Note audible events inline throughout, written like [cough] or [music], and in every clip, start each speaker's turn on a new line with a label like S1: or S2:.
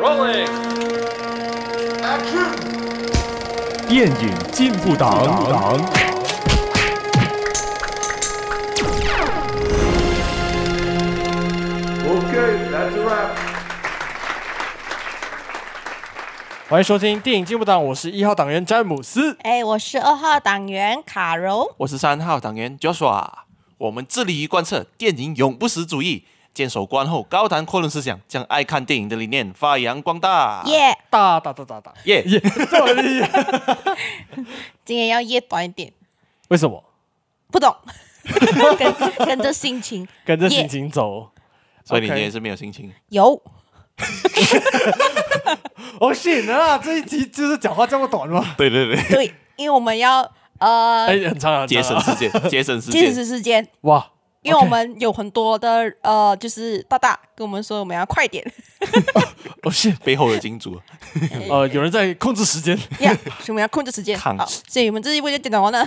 S1: rolling.
S2: 电影进步党。
S3: Okay, that's a wrap.
S4: 欢迎收听电影进步党，我是一号党员詹姆斯。
S5: 哎，我是二号党员卡柔。
S6: 我是三号党员 Joshua。我们致力于贯彻电影永不死主义，坚守观后高谈阔论思想，将爱看电影的理念发扬光大。
S5: 耶，
S4: 大大大大大，
S6: 耶耶！
S5: 今天要耶短一点，
S4: 为什么？
S5: 不
S6: [laughs]
S5: 懂，跟跟着心情
S4: 跟着心
S5: 耶
S4: 情走。
S6: 所以你
S4: OK
S6: 也是没有心情。
S5: 有
S4: 哦，行啊，这一集就是讲话这么短吗？
S6: 对 [laughs] 对对，
S5: 对，因为我们要
S4: [laughs]
S5: 呃
S4: 哎，很长啊，很长啊 [laughs]
S6: 节省时间，节省时
S5: 节省
S6: 间。
S5: 时间，
S4: 哇！
S5: 因为我
S4: OK
S5: 们有很多的呃，就是大大跟我们说我们要快
S6: [laughs]
S5: 点，
S6: 哦，是背后的金主，
S4: 呃，有人在控制时间。今
S5: 呀，所以我们要控制时间。
S6: 抗
S5: 好，所以我们这一部就讲完
S6: [laughs]
S5: 了。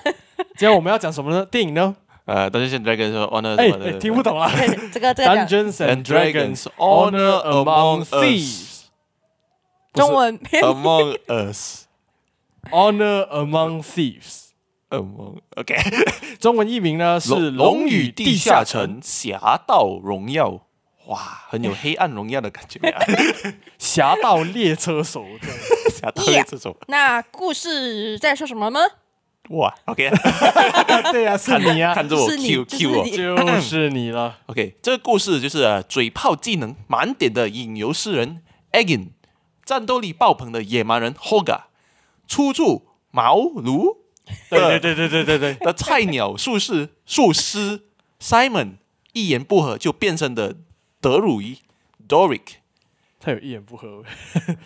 S4: 天我们要讲什么呢？电影呢？
S6: 呃，但是现在跟说 honor
S4: 哎
S6: 什么，
S4: 哎
S6: 的，
S4: 听不懂啦。
S5: 这个这个讲
S4: Dungeons and
S6: And Dragons,
S4: Dragons Honor Among
S6: Among Us
S4: Thieves，不是
S5: 中文
S6: Among Us。
S4: Honor Among Thieves，
S6: Among OK，
S4: 中文译名呢是《
S6: 龙
S4: 与
S6: 与
S4: 地
S6: 地
S4: 下
S6: 下
S4: 城
S6: 城》《侠盗荣耀》，哇，很有黑暗荣耀的感
S5: [laughs]
S6: 觉啊！
S4: 侠盗猎车手。这样
S6: 侠盗这种，
S5: [laughs] 那故事在说什么呢？
S6: 哇，OK，
S4: [laughs]
S5: [laughs]
S4: 对呀，是你啊呀，
S6: 看着我
S5: 是你
S6: Q
S5: 就是
S6: Q 我
S5: 你
S4: [laughs] 就是你了。
S6: OK，这个故事就是、呃嘴炮技能满点的引游诗人 Agin，战斗力爆棚的野蛮人 Hoga，出处茅庐
S4: [laughs] 对对对对对对对，
S6: 的菜鸟术士术师 Simon，一言不合就变身的德鲁伊 Doric，
S4: 他有一言不 [laughs] 合。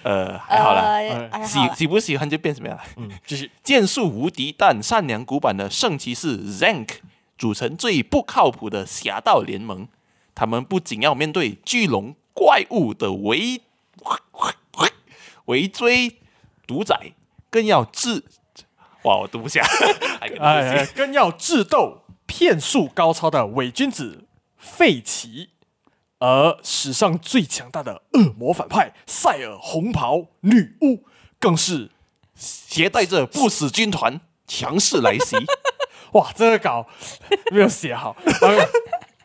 S6: 呃，还好啦，
S5: 呃，还
S6: 喜
S5: 好啦
S6: 喜不喜欢就变什么样啦。
S4: 嗯继续。
S6: 剑术无敌但善良古板的圣骑士 Zank 组成最不靠谱的侠盗联盟。他们不仅要面对巨龙怪物的围围追毒宰，更要治……哇，我读不下。I [laughs] can
S4: [laughs]
S6: do
S4: 哎，哎
S6: this
S4: 更要智斗骗术高超的伪君子费奇，而史上最强大的恶魔反派塞尔红袍女巫，更是
S6: 携带着不死军团强势来袭。
S4: 哇，这个稿没有写好。反正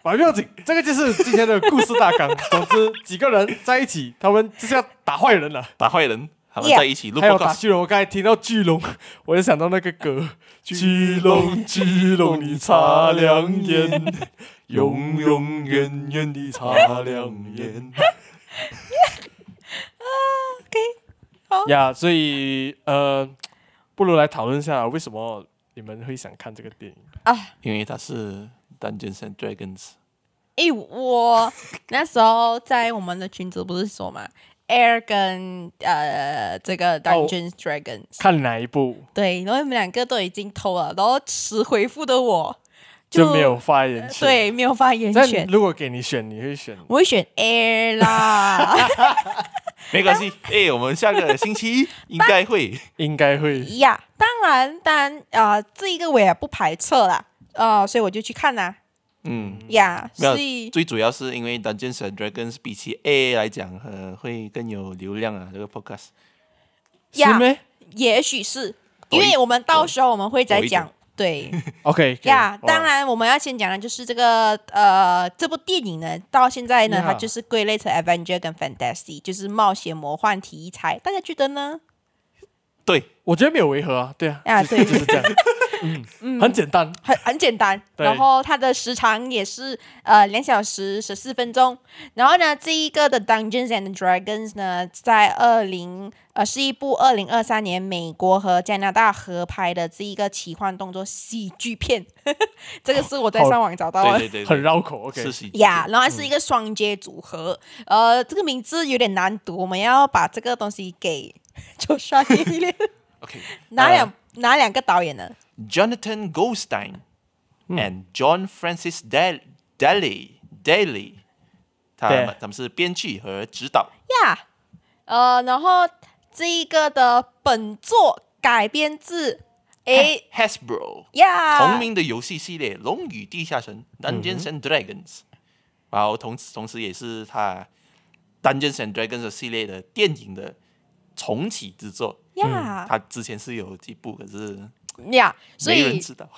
S4: 反正不要紧，这个就是今天的故事大纲。总之，几个人在一起，他们就是要打坏人了。
S6: 打坏人，他们
S5: Yeah
S6: 在一起录
S4: 还有
S6: p
S4: 打
S6: o
S4: 巨龙，我刚才听到巨龙，我就想到那个歌：巨龙，巨龙，你擦亮
S6: [laughs]
S4: 眼，永永远远地擦亮眼。
S5: ，OK，
S4: 呀所以呃，不如来讨论一下为什么你们会想看这个电影？
S6: 因为他是 Dungeons and Dragons。
S5: 诶，我那时候在我们的群组不是说嘛，Air 跟呃这
S6: 哦
S5: 个 Dungeons Dragons，、
S4: 看哪一部
S5: 对，然后你们两个都已经偷了，然后迟回复的我
S4: 就没有发言权？
S5: 对没有发言
S4: 但
S5: 权，
S4: 如果给你选，你会选？
S5: 我会选 Air
S6: [laughs]
S5: 啦
S6: 没
S4: [laughs]
S6: 关系，哎、我们下个星期一应该会。
S4: 应该会。
S5: 呀。当然，当然啊、呃这一个我也不排斥啦，呃，所以我就去看啦
S6: 嗯，
S5: 呀。
S6: 没
S5: 所
S6: 有，
S5: 以
S6: 最主要是因为 Dungeons and Dragons 比起 A 来讲，呃，会更有流量啊。这个 podcast
S4: 是
S5: 呀
S4: 咩
S5: 也许是
S6: 抖
S5: 因
S6: 一
S5: 为我们到时候我们会再
S6: 抖一
S5: 讲，
S6: [laughs]
S5: 对。
S4: ？OK
S5: 呀
S4: 哇
S5: 当然我们要先讲的就是这个呃，这部电影呢，到现在呢
S4: Yeah
S5: 它就是归类成 Avenger 跟 Fantasy，就是冒险魔幻题材，大家觉得呢？
S6: 对，
S4: 我觉得没有违和啊，对啊，
S5: 啊
S4: 就是
S5: 对
S4: 就是这 [laughs] 样，嗯，很简单，
S5: 很很简单，
S4: 对
S5: 然后它的时长也是呃两小时十四分钟。然后呢，这一个的 Dungeons and Dragons 呢，在二零呃是一部二零二三年美国和加拿大合拍的这一个奇幻动作喜剧片， [laughs] 这个是我在
S4: 好啊
S5: 上网找到的。
S6: 对对对，
S4: 很绕口。OK，
S6: 是喜剧
S5: 呀然后还
S6: 嗯
S5: 是一个双阶组合，呃，这个名字有点难读，我们要把这个东西给就刷念一
S6: [laughs]
S5: 遍。
S6: OK，
S5: 哪两、哪两个导演呢？
S6: Jonathan Goldstein
S4: 嗯
S6: and John Francis Dal- Daly Daly，他
S4: 对
S6: 们他们是编剧和指导。
S5: 呀、呃，然后这一个的本作改编自诶
S6: Hasbro
S5: 呀
S6: 哎同名的游戏系列《龙与地下城》（Dungeons and Dragons），然后同同时也是他 Dungeons and Dragons 的系列的电影的重启之作。
S5: 呀
S6: 它之前是有几部，可是
S5: 呀，啊所
S6: 没人
S5: 以
S6: 知道。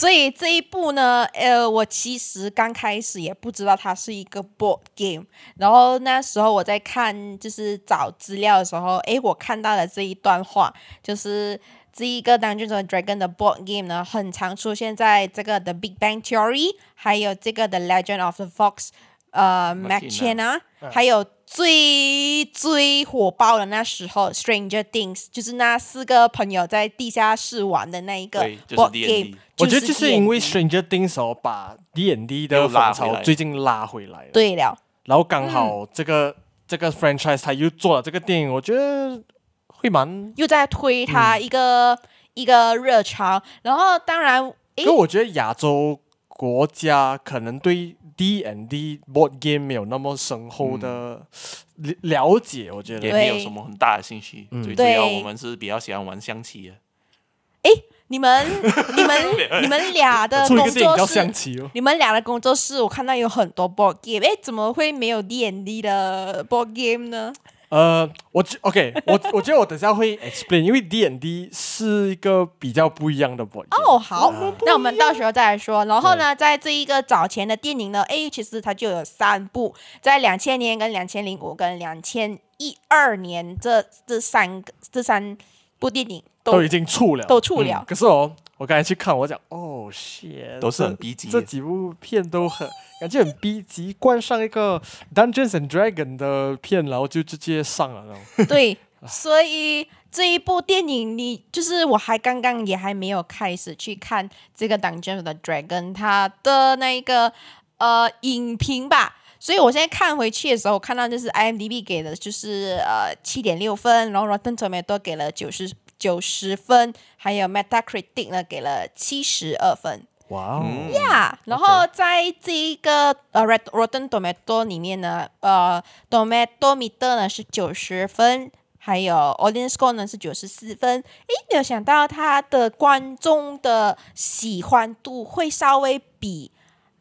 S5: 所以这一部呢，呃，我其实刚开始也不知道它是一个 board game，然后那时候我在看就是找资料的时候，诶，我看到了这一段话，就是这一个 Dungeons and Dragon 的 board game 呢，很常出现在这个 The Big Bang Theory，还有这个 The Legend of the Fox，呃 m a c h i n
S6: Machina 嗯
S5: a 还有最最火爆的那时候 Stranger Things，就是那四个朋友在地下室玩的那一个
S6: 对就是
S5: board
S6: D&D
S5: game。
S4: 我觉得就是因为
S5: D&D
S4: Stranger Things 哦，把 D N D 的
S6: 又拉
S4: 风
S6: 回
S4: 潮
S6: 来
S4: 最近拉回来了。，
S5: 对了，
S4: 然后刚好这个、这个 franchise 他又做了这个电影，我觉得会蛮。
S5: 又在推它
S4: 嗯
S5: 一个、一个热潮，然后当然，诶
S4: 因为，我觉得亚洲国家可能对 D N D board game 没有那么深厚的
S6: 嗯
S4: 了了解，我觉
S6: 也
S4: 得
S5: 对
S6: 没有什么很大的兴趣，
S4: 嗯
S6: 最主
S5: 对
S6: 要我们是比较喜欢玩象棋的。
S4: [laughs]
S5: 你们你们你们俩的
S4: 出一
S5: 工
S4: 个电影叫
S5: 作
S4: 《象
S5: 室，
S4: 棋》哦。
S5: 你们俩的工作室，我看到有很多 board game，诶，怎么会没有 D N D 的 board game 呢？
S4: 呃，我觉 OK，我 [laughs] 我觉得我等下会 explain，因为 D N D 是一个比较不一样的 board game。
S5: 哦，好，那我们到时候再来说。然后呢，在这一个早前的电影呢，诶，其实它就有三部，在两千年、跟两千零五、跟两千一二年这这三个这三部电影都
S4: 都已经触了，
S5: 都触了
S4: 嗯可是哦，我刚才去看，我讲哦，谢，
S6: 都是很 B 级
S4: 这几部片都很感觉很 B 级，冠上一个 Dungeons and Dragon 的片，然后就直接上了，然后
S5: 对，所以这一部电影你，就是我还刚刚也还没有开始去看这个《Dungeon of the Dragon》它的那一个呃影评吧。所以我现在看回去的时候，我看到就是 IMDB 给的就是呃七点六分，然后 Rotten Tomato 给了九十九十分，还有 Metacritic 呢给了七十二分。
S4: 哇哦，
S5: 呀然后在这一个呃 Red- Rotten Tomato 里面呢，呃，Tomato meter 呢是九十分，还有 Audience score 呢是九十四分。诶，没有想到它的观众的喜欢度会稍微比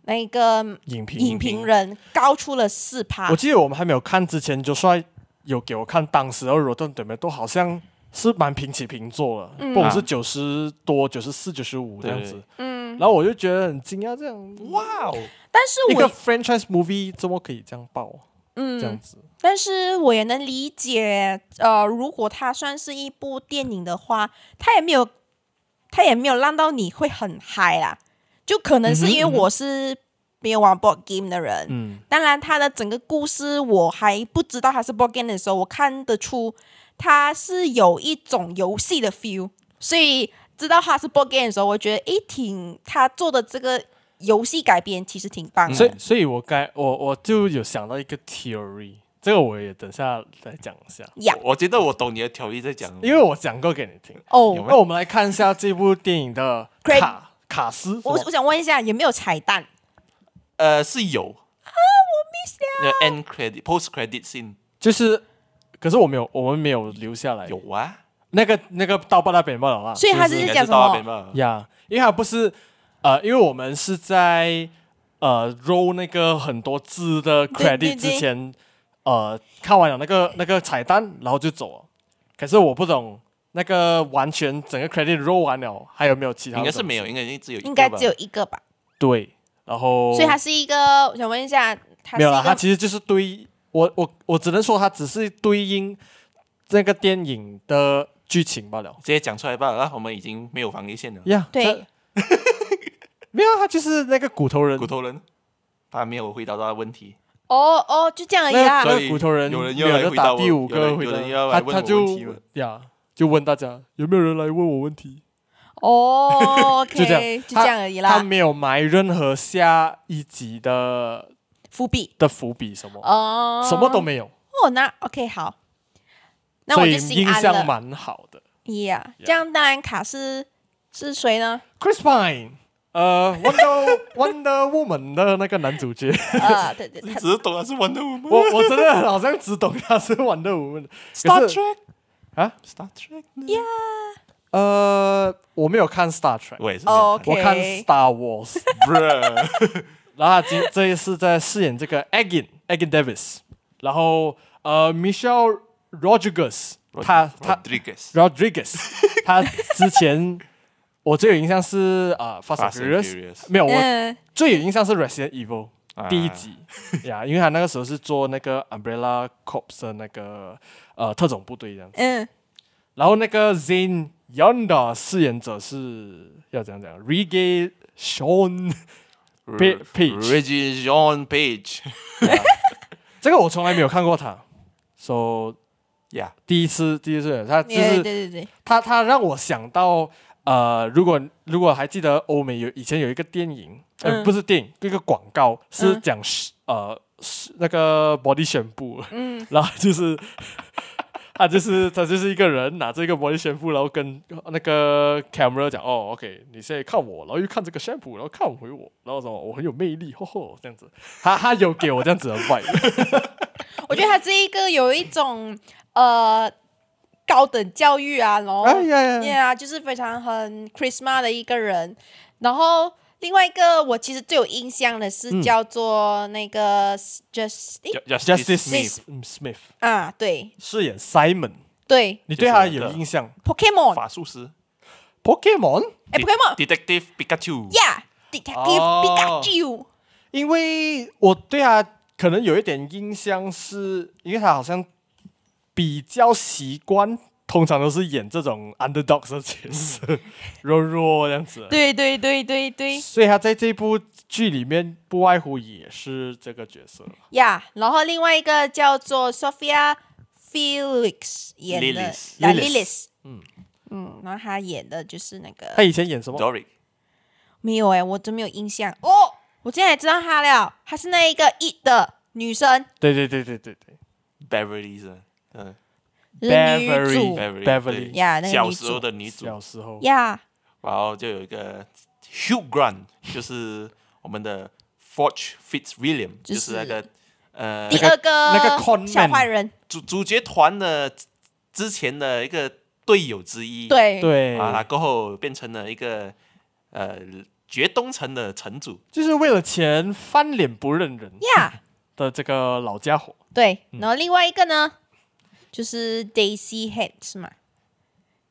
S5: 那个
S4: 影评
S5: 影评人高出了四趴
S4: 我。记得我们还没有看之前，就说有给我看当时的 Rotten t o m 都好像是蛮平起平坐了，
S5: 嗯
S4: 不管是九十多、九十四、九十五这样子
S6: 对，
S4: 嗯，然后我就觉得很惊讶，这样哇哦，
S5: 但
S4: 一
S5: 是
S4: 个
S5: 我
S4: franchise movie 怎么可以这样爆？嗯，这样子。
S5: 但是我也能理解，呃，如果它算是一部电影的话，它也没有，它也没有让到你会很嗨啦。就可能是因为我是没有玩 board game 的人，
S4: 嗯，
S5: 当然它的整个故事我还不知道它是 board game 的时候，我看得出它是有一种游戏的 feel，所以知道它是 board game 的时候，我觉得诶，挺他做的这个游戏改编其实挺棒的。
S4: 所以，所以我该我我就有想到一个 theory，这个我也等下来讲一下，
S5: 呀，
S6: 我觉得我懂你的条例在讲，
S4: 因为我讲过给你听。
S5: 哦，
S6: 有没
S4: 那我们来看一下这部电影的
S5: Craig
S4: 卡卡斯，
S5: 我我想问一下，有没有彩蛋？
S6: 呃是有啊，我 miss 了 end credit post credit scene
S4: 就是，可是我没有，我们没有留下来。
S6: 有啊，
S4: 那个那个到报那边报了啊，
S5: 所以他
S6: 就是应该
S5: 讲什
S6: 是到那边
S5: 么？
S6: 吧，
S4: 呀因为它不是呃，因为我们是在呃 roll 那个很多字的
S5: 对对
S4: credit 之前，呃，看完了那个那个彩蛋，然后就走了。可是我不懂那个完全整个 credit roll 完了，还有没有其他？
S6: 应该是没有，。应该只有一个吧
S5: 应该只有一个吧。
S4: 对，然后
S5: 所以它是一个，我想问一下，它
S4: 哦没
S5: 是一
S4: 有啦，它
S5: 个
S4: 其实就是对我我我只能说它只是对应这个电影的剧情罢了。
S6: 直接讲出来吧，然啊后我们已经没有防御线了，
S4: 呀、
S5: 对
S4: 这，没有啊，他就是那个骨头人，
S6: 骨头人他没有回答到他的问题，
S5: 哦哦，就这样而已
S4: 那
S5: 啦
S4: 个。
S6: 所以
S4: 那个骨头人
S6: 有人
S4: 没
S6: 要
S4: 有
S6: 来
S4: 就
S6: 回答
S4: 打
S6: 我
S4: 第五
S6: 有
S4: 个
S6: 人
S4: 回答，
S6: 有人要来
S4: 他
S6: 问
S4: 他
S6: 我
S4: 就
S6: 问题吗
S4: 呀，就问大家有没有人来问我问题， [laughs]
S5: 哦
S4: 就这
S5: ，OK，
S4: 样，
S5: 就这样而已
S4: 他。
S5: 啦
S4: 他。没有埋任何下一集的
S5: 伏笔
S4: 的伏笔，什么、
S5: 哦，
S4: 什么都没有，
S5: 哦，那 OK 好，那
S4: 所
S5: 我
S4: 以
S5: 就心
S4: 印
S5: 安
S4: 象
S5: 了。
S4: 蛮好的。
S5: 呀，这样当然卡是是
S4: [laughs]
S5: 谁呢？
S4: Chris Pine，呃，Wonder
S5: [laughs]
S4: Wonder Woman 的那个男主角，
S5: 呃，对对，
S6: 你
S5: 他
S6: 只是懂啊还是玩的我们
S4: 我我真的好像只懂他是 Wonder Woman 可
S6: Star
S4: 是
S6: Trek
S4: 啊，
S6: Star Trek
S4: 呃，我没有看 Star Trek，
S6: 我也是
S5: 哦
S6: 这
S4: 我
S6: 样
S4: 看
S5: OK
S4: Star Wars。 [laughs]
S6: 看 Bruh
S4: 然后他今这一次在饰演这个 Agin Agin Davis，然后呃，Michelle Rodriguez，他他
S6: Rodriguez
S4: Rodriguez，他之前我最有印象是啊、呃、，Fast and
S6: Fast and
S4: Furious，
S6: Furious
S4: [laughs] 没有，我
S5: 嗯
S4: 最有印象是 Resident Evil
S6: 啊
S4: 第一集呀，因为他那个时候是做那个 Umbrella Corps 的那个呃特种部队这样子，
S5: 嗯，
S4: 然后那个 Zane Yonda 饰演者是要怎样讲，Reggae Sean，Pa-
S6: 哎
S4: Page
S6: Reggie John [laughs] Page，
S4: 这个我从来没有看过他，so
S6: 呀，
S4: 第一次第一次他就
S5: 对
S4: 是
S5: 对对对，
S4: 他他让我想到，呃，如果如果还记得欧美有以前有一个电影，呃，
S5: 嗯
S4: 不是电影，一个广告是
S5: 嗯
S4: 讲是、呃是那个 body shampoo，
S5: 嗯
S4: [laughs] 然后就是他就是他就是一个人拿着一个 body shampoo，然后跟那个 camera 讲哦，OK，你现在看我，然后又看这个 shampoo，然后看回我，然后什么我很有魅力，吼吼这样子，他他有给我这样子的
S5: [laughs]
S4: vibe，
S5: 我觉得他这一个有一种呃高等教育啊，然后
S4: 哎呀呀
S5: 对啊，就是非常很 charisma 的一个人。然后另外一个我其实最有印象的是叫做那个 Justin、
S6: Justice
S4: ，Justice
S6: Smith，
S4: Smith，嗯，Smith
S5: 啊，对
S4: 饰演 Simon，
S5: 对
S4: 你对他
S6: 就是那
S4: 有
S6: 个
S4: 印象
S5: ，Pokemon，
S6: 法术师，
S4: ？Pokemon。
S5: 哎，Pokemon，
S6: Detective Pikachu，
S5: 呀、yeah,，Detective、
S4: 哦
S5: Pikachu，
S4: 因为我对他可能有一点印象是，因为他好像比较习惯，通常都是演这种 underdog 的角色，弱弱这样子。
S5: 对对对对对，
S4: 所以他在这部剧里面不外乎也是这个角色。
S5: 呀、然后另外一个叫做 Sophia Felix 演的
S6: Lilith
S5: 啊
S4: Lilith
S5: Lilith，嗯嗯，然后她演的就是那个
S4: 他以前演什么？
S6: Doric，
S5: 没有哎、我真没有印象哦，我现在也知道她了，她是那一个 It 的女生，
S4: 对对对对对对
S6: Beverly 是，嗯
S5: 就是女主
S6: ，Beverly
S4: Beverly
S5: 呀那个
S6: 小
S5: 女
S6: 时候
S5: 主
S6: 的女主，
S4: 小时候
S5: 呀
S6: 然后就有一个 Hugh Grant，就是我们的 Forge Fitzwilliam，
S5: 就
S6: 就是是那个呃
S5: 第二个
S4: 那个 con
S5: 小
S4: man
S5: 坏人，
S6: 主主角团的之前的一个队友之一，
S5: 对
S4: 对
S6: 啊，他过后变成了一个呃决东城的城主， [laughs]
S4: 就是为了钱翻脸不认人
S5: 呀
S4: 的这个老家伙。
S5: 对，然后另外一个呢就是 Daisy Head 是吗？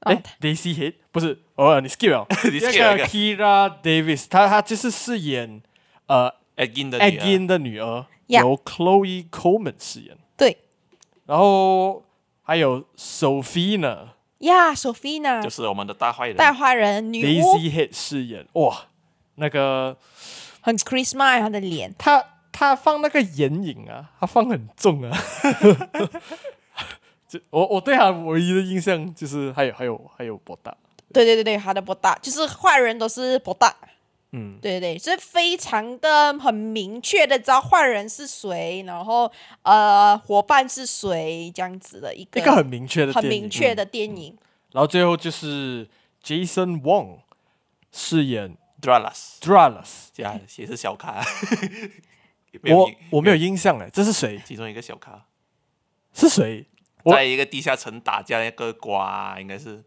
S5: 哦
S4: 哎，Daisy Head 不是，哦，你 skip 了。
S6: 你
S4: 第二
S6: skip 了
S4: 个
S6: 一个
S4: Kira Davis，她她就是饰演呃
S6: Agin 的女儿
S4: Agin 的女儿，
S5: Yeah
S4: 由 Chloe Coleman 饰演。
S5: 对
S4: 然后还有 Sophie 呢
S5: 呀，Sophia
S6: 就是我们的大坏人，
S5: 大坏人女巫
S4: ，Daisy Head 饰演。哇，那个
S5: 很 charisma 她的脸，
S4: 她她放那个眼影啊，她放很重啊。 [laughs] 就我我对她唯一的印象就是还有还有还有博大，
S5: 对对对对，她的博大就是坏人都是博大，
S4: 嗯，
S5: 对对对，所以非常的很明确的知道坏人是谁，然后呃伙伴是谁这样子的一个
S4: 一个很明确的
S5: 很
S4: 电影嗯
S5: 明确的电影，
S4: 然后最后就是 Jason Wong 饰演
S6: Dralas，
S4: Dralas。
S6: 呀，也是小咖，没有
S4: 我
S6: 你
S4: 我没有印象哎，这是谁？
S6: 其中一个小咖，
S4: 是谁？我
S6: 在一个地下城打架那个瓜，应该是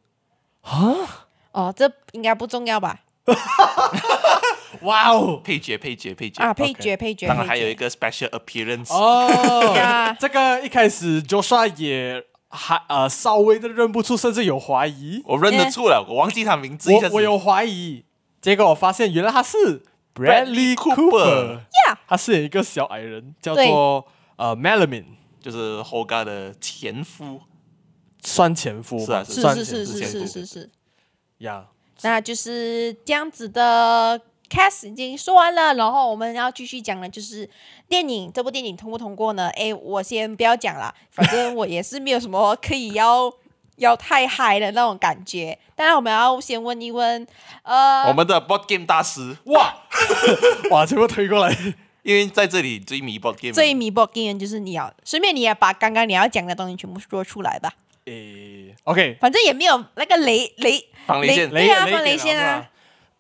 S5: 哦，这应该不重要吧？
S4: 哇哦！
S6: 配角，配角，配角
S5: 啊，配角配角，
S6: 当然还有一
S5: 个
S6: 个 special appearance，、
S4: 哦
S5: [laughs] 呀，
S4: 这个一开始 Joshua 也还呃稍微的认不出，甚至有怀疑。
S6: 我认得出了，我忘记他名字一下
S4: 我
S6: 子，
S4: 我有怀疑，结果我发现原来他是 Bradley
S6: Bradley
S4: Cooper，
S6: Cooper
S4: 他饰演一个小矮人，叫
S5: 对
S4: 做呃 Melamin，
S6: 就是 Hoga 的前夫，
S4: 算前夫
S6: 是啊
S4: 吧，
S6: 是
S5: 是
S4: 算
S5: 是
S4: 前
S5: 是是
S4: 夫
S5: 是
S6: 前
S5: 是是
S6: 夫
S5: 是，
S4: 呀。
S5: 那就是这样子的 cast 已经说完了，然后我们要继续讲的就是电影这部电影通不通过呢？哎，我先不要讲了，反正我也是没有什么可以要要太嗨的那种感觉。当然，我们要先问一问，呃，
S6: 我们的 board game 大师，
S4: 哇 [laughs] 哇，全部推过来，
S6: 因为在这里追迷 board game，
S5: 最迷惑的人就是你啊，顺便你也把刚刚你要讲的东西全部说出来吧，
S4: 诶，OK，
S5: 反正也没有那个雷雷
S6: 防雷线
S5: 对
S4: 雷
S5: 啊，放
S4: 点
S5: 雷
S4: 了
S5: 先
S4: 是
S5: 啊
S4: 吧，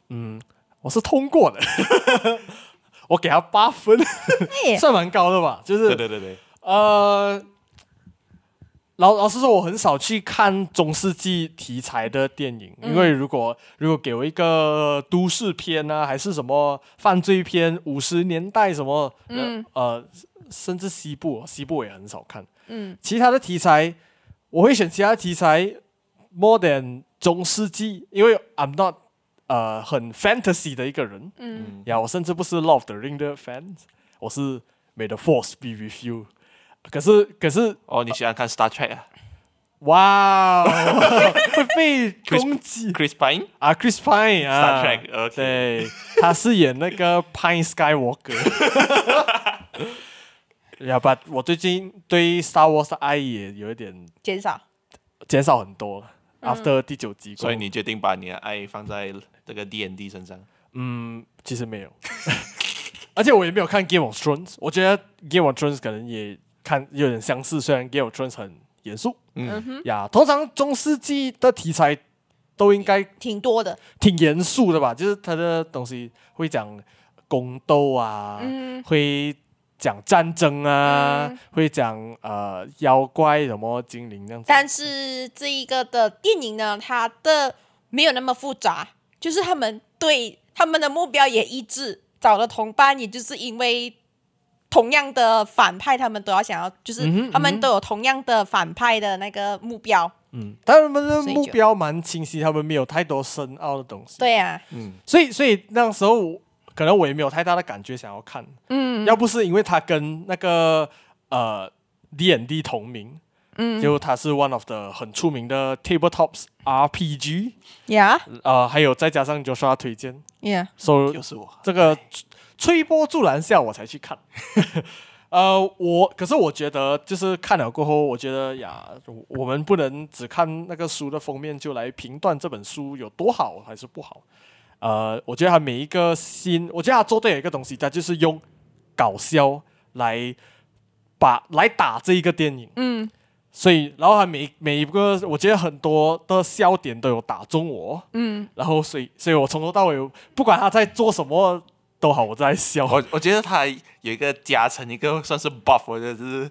S4: 嗯我是通过的， [laughs] 我给他八分，
S5: 耶
S4: [laughs] 算蛮高的吧？就是
S6: 对对对对，
S4: 呃，老老实说，我很少去看中世纪题材的电影，
S5: 嗯
S4: 因为如果如果给我一个都市片啊，还是什么犯罪片，五十年代什么，嗯、呃，甚至西部、哦，西部也很少看。
S5: 嗯，
S4: 其他的题材我会选其他题材，more than 中世纪，因为 I'm not 呃很 fantasy 的一个人。
S5: 嗯，
S4: 呀，我甚至不是 Love the Ring 的 fans，我是 May the Force be with you。可是可是，
S6: 哦，你喜欢看 Star Trek 啊
S4: 哇哦， [laughs] 会被攻击
S6: ？Chris Pine
S4: 啊！Chris Pine 啊
S6: Star Trek，OK
S4: 对，他是演那个 Pine Skywalker。呀、yeah,，but 我最近对 Star Wars 的爱也有一点
S5: 减少。
S4: 减少很多了。After
S5: 嗯
S4: 第九集过后，
S6: 所以你决定把你的爱放在这个 D N D 身上。
S4: 嗯，其实没有， [laughs] 而且我也没有看《Game of Thrones》，我觉得《Game of Thrones》可能也看有点相似，虽然《Game of Thrones》很严肃
S5: 嗯哼，
S4: 呀。通常中世纪的题材都应该
S5: 挺多的。
S4: 挺严肃的吧，就是它的东西会讲宫斗啊，
S5: 嗯
S4: 会讲战争啊，
S5: 嗯
S4: 会讲呃妖怪什么精灵这样子。
S5: 但是这一个的电影呢，它的没有那么复杂，就是他们对他们的目标也一致，找了同伴，也就是因为同样的反派，他们都要想要，就是
S4: 嗯哼
S5: 他
S4: 嗯
S5: 们
S4: 哼
S5: 都有同样的反派的那个目标。
S4: 嗯，但他们的
S5: 所以
S4: 目
S5: 就
S4: 标蛮清晰，他们没有太多深奥的东西。
S5: 对呀、
S6: 嗯，
S4: 所以所以那时候我可能我也没有太大的感觉想要看，
S5: 嗯
S4: 要不是因为他跟那个呃 D N D 同名，
S5: 嗯
S4: 就他是 one of the 很出名的 tabletops R P G，
S5: [laughs] 呀
S4: 呃，还有再加上 Joshua 推荐，
S5: 呀，
S4: 所、以
S6: 就是我。
S4: 这个吹吹波助澜下我才去看。 [laughs] 呃，我可是我觉得，就是看了过后，我觉得呀，我我们不能只看那个书的封面就来评断这本书有多好还是不好。呃，我觉得他每一个新，我觉得他做对了一个东西，他就是用搞笑来把来打这一个电影。
S5: 嗯
S4: 所以，然后他每每一个，我觉得很多的笑点都有打中我。
S5: 嗯
S4: 然后所以所以我从头到尾不管他在做什么都好，我在笑。
S6: 我我觉得他有一个加成，一个算是 buff，我觉得就是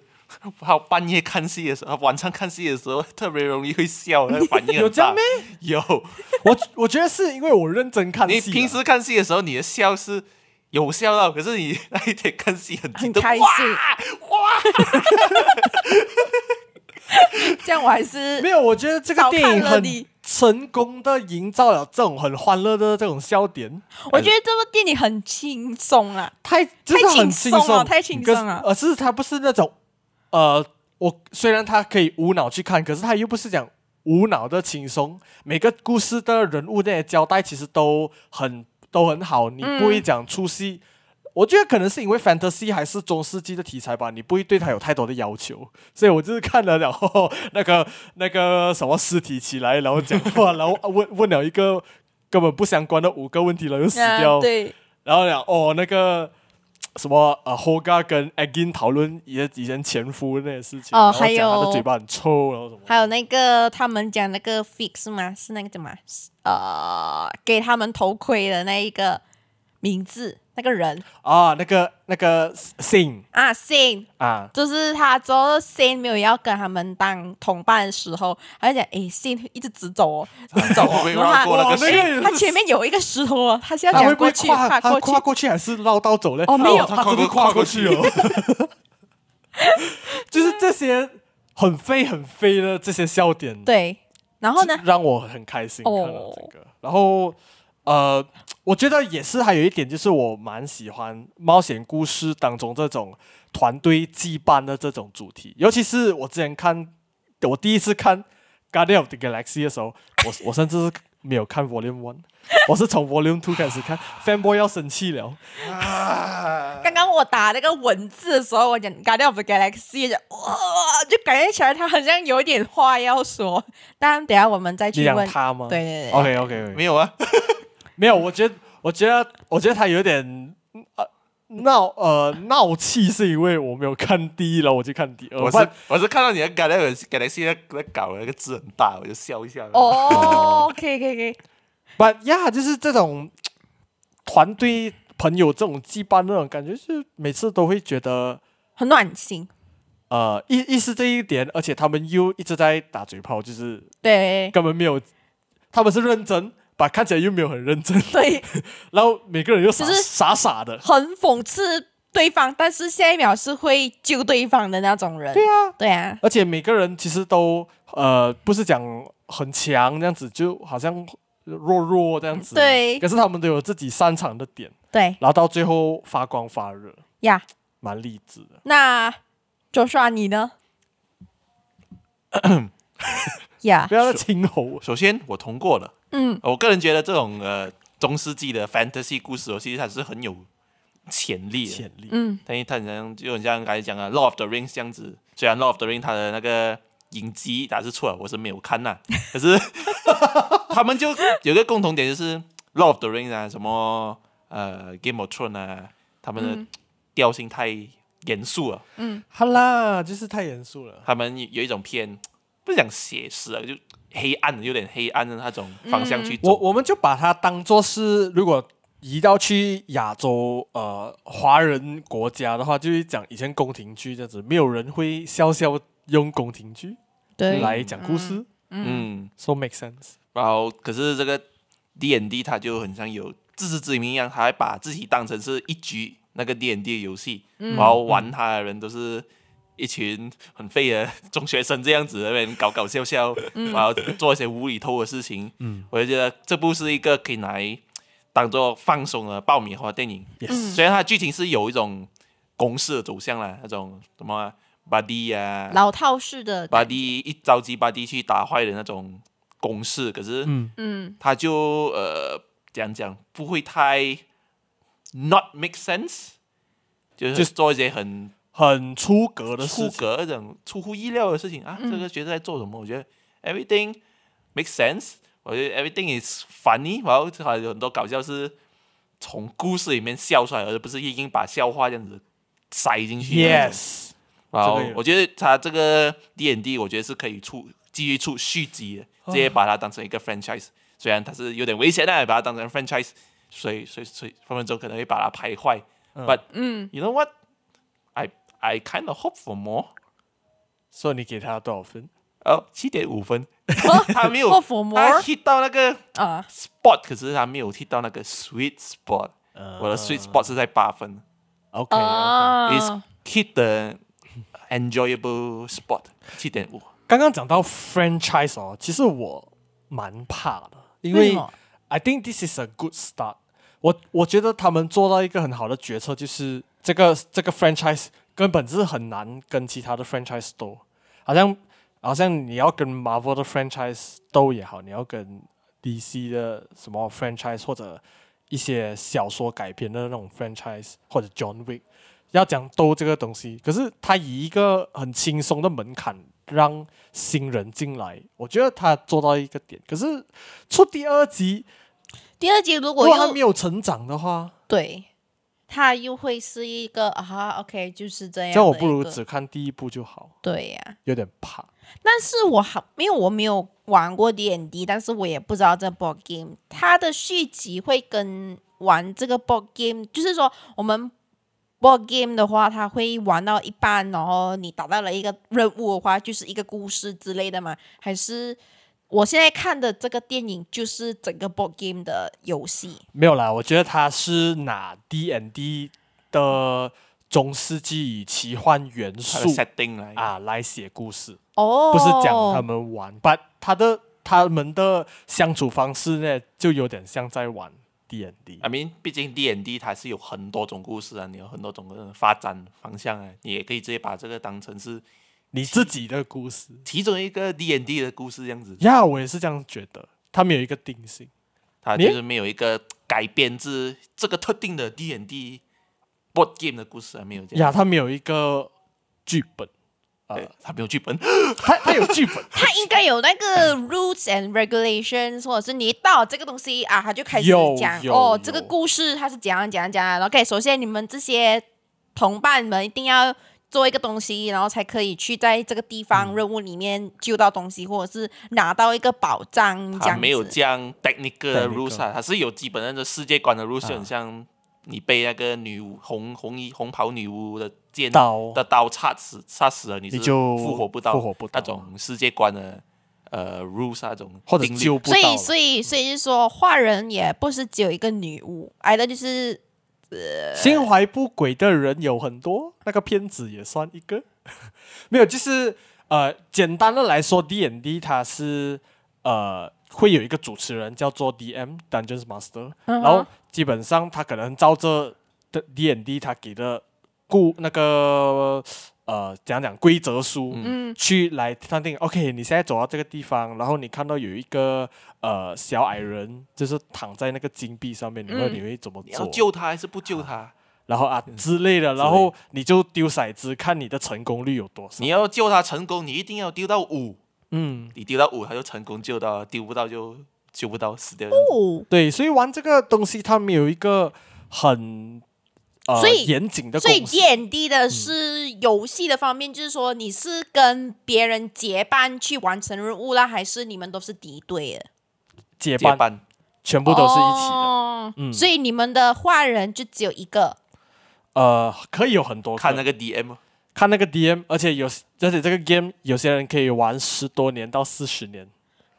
S6: 他半夜看戏的时候，晚上看戏的时候特别容易会笑，那个反应
S4: [laughs] 有
S6: 很
S4: 这样
S6: 大
S4: 咩。
S6: 有，
S4: 我我觉得是因为我认真看
S6: 你
S4: 戏啊，
S6: 平时看戏的时候，你的笑是有笑到，可是你 [laughs] 那一天看戏很激
S5: 很
S6: 动，
S5: 开心
S6: 哇，
S5: [laughs] 这样我还是
S4: 没有，我觉得这个
S5: 少
S4: 电
S5: 看
S4: 影
S5: 了
S4: 很
S5: 你
S4: 成功的营造了这种很欢乐的这种笑点，
S5: 我觉得这部电影很轻松啊。
S4: 太就是很
S5: 轻松
S4: 松，
S5: 了太轻松啊了
S4: 可是而是它不是那种呃，我虽然它可以无脑去看，可是它又不是讲。无脑的轻松，每个故事的人物那些交代其实都很都很好，你不会讲出戏。我觉得可能是因为 fantasy 还是中世纪的题材吧，你不会对它有太多的要求，所以我就是看了，然后那个 [laughs] 那个什么尸体起来，然后讲话，然后问问了一个根本不相关的五个问题，然后就死掉。
S5: 啊、对，
S4: 然后讲哦，那个什么呃，Hoga 跟 Agin 讨论以前以前前夫那些事情，
S5: 哦
S4: 然后讲
S5: 还有
S4: 他的嘴巴很臭，然后什么，
S5: 还有那个他们讲那个 fix 吗？是那个怎么啊呃，给他们头盔的那一个名字那个人
S4: 啊，那个那个 Sing
S5: 啊，Sin，
S4: 啊，
S5: 就是他之后 Sin 没有要跟他们当同伴的时候，他就讲诶 Sin 一直直走
S4: [laughs]
S5: 哦，一直走哦，
S6: 会
S5: 然后
S6: 绕过
S5: 他
S4: 哇那
S6: 那个
S4: 个
S6: 谁？
S4: 也是
S5: 他前面有一个石头哦，他是要
S4: 他会
S5: 讲
S4: 不会
S5: 过去
S4: 跨他
S5: 过
S4: 跨
S5: 去，
S4: 过去还是绕道走嘞？
S5: 哦没有
S4: 他真的跨过去
S5: [laughs]
S4: 哦。就是这些很飞很飞的这些笑点，
S5: 对，然后呢，
S4: 让我很开心看了
S5: 哦
S4: 这个。然后呃，我觉得也是还有一点就是我蛮喜欢冒险故事当中这种团队羁绊的这种主题，尤其是我之前看我第一次看《Guardian of the Galaxy》的时候，我 [laughs] 我甚至是。没有看 Volume One，我是从 Volume Two 开始看，Fanboy 要生气了。呃
S5: 刚刚我打那个文字的时候，我讲 Guardian of the Galaxy，讲哇，就感觉起来他好像有一点话要说。但等一下我们再
S4: 你
S5: 去
S4: 讲
S5: 问。
S4: 他吗？
S5: 对对
S4: OK
S5: 对
S4: OK，
S6: 没有啊，
S4: 没有，我觉得，我觉得，我觉得他有点呃闹呃闹气，是因为我没有看第一了，我就看第二。
S6: 我
S4: 不然
S6: 是我是看到你的 Galaxy Galaxy 那那搞那个字很大，我就笑一下。
S5: 哦
S4: [laughs]
S5: ，OK OK OK，
S4: But yeah，就是这种团队朋友这种羁绊那种感觉，是每次都会觉得
S5: 很暖心。
S4: 呃意意识这一点，而且他们又一直在打嘴炮，就是
S5: 对 [laughs]
S4: 根本没有，他们是认真，把看起来又没有很认真，
S5: 对，
S4: 然后每个人又傻
S5: 就是
S4: 傻傻的，
S5: 很讽刺对方，但是下一秒是会救对方的那种人。
S4: 对啊，
S5: 对啊，
S4: 而且每个人其实都呃，不是讲很强这样子，就好像弱弱这样子。
S5: 对
S4: 可是他们都有自己擅长的点，
S5: 对
S4: 然后到最后发光发热，
S5: 呀。
S4: 蛮励志的。
S5: 那卓帅
S4: [coughs]
S5: 你呢？呀
S4: 不，要再清喉，
S6: 首先我通过了，
S5: 嗯，
S6: 我个人觉得这种呃中世纪的 fantasy 故事游戏它是很有潜力的，
S4: 潜力。
S5: 嗯，
S6: 但是它很像就很像刚才讲的《Lord of the Rings》这样子，虽然《Lord of the Rings》它的那个影集打是出来，我是没有看呐、 [laughs] 可是他们就有个共同点就是《Lord of the Rings》啊，什么呃《Game of Thrones》啊，他们的调性太严肃了，
S4: 好啦，就是太严肃了。
S6: 他们有一种偏不是讲写实啊，就黑暗有点黑暗的那种方向去走。
S4: 嗯我我们就把它当做是，如果移到去亚洲呃华人国家的话，就是讲以前宫廷剧这样子，没有人会笑笑用宫廷剧
S5: 对，
S4: 来讲故事、
S6: 嗯，
S4: s o make sense。
S6: 然后可是这个 D N D 它就很像有自知之明一样，它还把自己当成是一局那个 D N D 游戏，然后玩它的人都是一群很废的中学生这样子，那边搞搞笑笑，然后做一些无厘头的事情。嗯，我就觉得这部是一个可以拿来当做放松的爆米花电影。虽然它剧情是有一种公式的走向啦，那种什么 buddy 啊，
S5: 老套式的 [laughs]
S6: 巴
S5: 感觉，
S6: 蒂一着急，巴蒂去打坏的那种公式，可是
S5: 嗯，
S6: 他就呃讲讲不会太 not make sense，就
S4: 就
S6: 是就是是做一些很
S4: 很出格的
S6: 出
S4: 事情，
S6: 格那种出乎意料的事情啊。这个角色在做什么？我觉得 everything make sense，我觉得 everything is funny，然后还有很多搞笑是从故事里面笑出来，而不是硬硬把笑话这样子塞进去的那种。
S4: Yes，
S6: 然后
S4: 这个有
S6: 我觉得他这个 D N D，我觉得是可以出继续出续集的，
S4: 哦
S6: 直接把它当成一个 franchise。虽然它是有点危险的，把它当成 franchise，所以所以所以分分钟可能会把它拍坏。But
S5: 嗯
S6: you know what? I I kind of hope for more.
S4: 所以你给他多少分？
S6: 哦，七点五分，
S5: 哦
S6: 他没有
S5: Hope for more？
S6: 他 hit 到那个
S5: 啊，
S6: spot，可是他没有 hit 到那个 sweet spot。我
S4: 嗯
S6: 的 sweet spot 是在八分、
S4: OK，
S6: i s
S5: 啊，
S6: hit the enjoyable spot，七点五。
S4: 刚刚讲到 franchise 哦，其实我蛮怕的，因
S5: 为
S4: 为
S5: 什么
S4: I think this is a good start 我。我觉得他们做到一个很好的决策，就是这个这个 franchise 根本是很难跟其他的 franchise 斗，好像好像你要跟 Marvel 的 franchise 斗也好，你要跟 DC 的什么 franchise 或者一些小说改编的那种 franchise 或者 John Wick，要讲兜这个东西，可是他以一个很轻松的门槛让新人进来，我觉得他做到一个点。可是出第二集，
S5: 第二集如
S4: 如
S5: 果
S4: 果他
S5: 又
S4: 没有成长的话，
S5: 对，他又会是一个啊，OK，就是这样。
S4: 这样我不如只看第一部就好，
S5: 对呀、
S4: 有点怕。
S5: 但是我好，因为我没有玩过 D N D，但是我也不知道这 board game 它的续集会跟玩这个 board game，就是说我们 board game 的话，它会玩到一半，然后你达到了一个任务的话，就是一个故事之类的嘛？还是我现在看的这个电影就是整个 board game 的游戏？
S4: 没有啦，我觉得他是拿 D N D 的中世纪奇幻元
S6: 它的
S4: 素
S6: setting 来
S4: 啊来写故事。
S5: 哦，，
S4: 不是讲他们玩，把他的他们的相处方式呢，就有点像在玩 D N D
S6: I。mean，毕竟 D N D 它是有很多种故事啊，你有很多种的发展方向啊，你也可以直接把这个当成是
S4: 你自己的故事
S6: 其中一个 D N D 的故事这样子，
S4: 呀我也是这样觉得。他们有一个定性，
S6: 它
S4: 你
S6: 就是没有一个改编自这个特定的 D N D board game 的故事啊，没有这
S4: 呀
S6: 样。
S4: 他们有一个剧本，
S6: 对，它没有剧本，
S4: [laughs] 他他有剧本
S5: 它应该有那个 rules and regulations，或者是你一到这个东西啊，它就开始
S4: 有
S5: 讲
S4: 有
S5: 哦
S4: 有，
S5: 这个故事它是怎样怎样怎啊样。OK，首先你们这些同伴们一定要做一个东西，然后才可以去在这个地
S4: 嗯
S5: 方任务里面救到东西，或者是拿到一个宝藏这
S6: 它
S5: 样
S6: 没有
S5: 子
S6: 这样 technical 的
S4: Technical
S6: rules 啊，它是有基本的世界观的 rules，就很像你被那个女巫红红衣红袍女巫的剑
S4: [laughs] 刀
S6: 的刀插死杀死了，你是
S4: 你就
S6: 复活不到，
S4: 复活不到
S6: 那种世界观的呃 rules 那种
S4: 哦或者
S6: 定律
S4: 救不
S5: 所
S4: 到
S5: 以，
S4: 了。
S5: 所以，所以就是说，画人也不是只有一个女巫，挨的就是
S4: 心怀不轨的人有很多，那个骗子也算一个。 [laughs] 没有，就是呃，简单的来说，D N D 它是呃会有一个主持人叫做 D M Dungeons Master，、
S5: 嗯哼
S4: 然后基本上他可能照着的 D N D 他给的故那个呃讲讲规则书，
S5: 嗯
S4: 去来判定。OK，你现在走到这个地方，然后你看到有一个呃小矮人，就是躺在那个金币上面，你会、
S5: 嗯
S4: 你会怎么
S6: 你要
S4: 做？
S6: 救他还是不救他？
S4: 然后啊之类的，
S6: 嗯类
S4: 然后你就丢骰子，看你的成功率有多少
S6: 你。要救他成功，你一定要丢到五，
S4: 嗯，
S6: 你丢到五他就成功救到了，丢不到就救不到，死掉。
S5: 哦，
S4: 对，所以玩这个东西，它没有一个很呃
S5: 所以
S4: 严谨的
S5: 所以
S4: 公式
S5: D。N D 的是游戏的方面，就是说你是跟别人结伴去完成任务啦，还是你们都是敌对的？
S4: 结
S6: 结
S4: 伴
S6: 伴，
S4: 全部都是一起的。
S5: 哦
S4: 嗯
S5: 所以你们的坏人就只有一个。
S4: 呃，可以有很多个
S6: 看那个 DM 哦
S4: 看那个 DM，而且有而且这个 game 有些人可以玩十多年到四十年。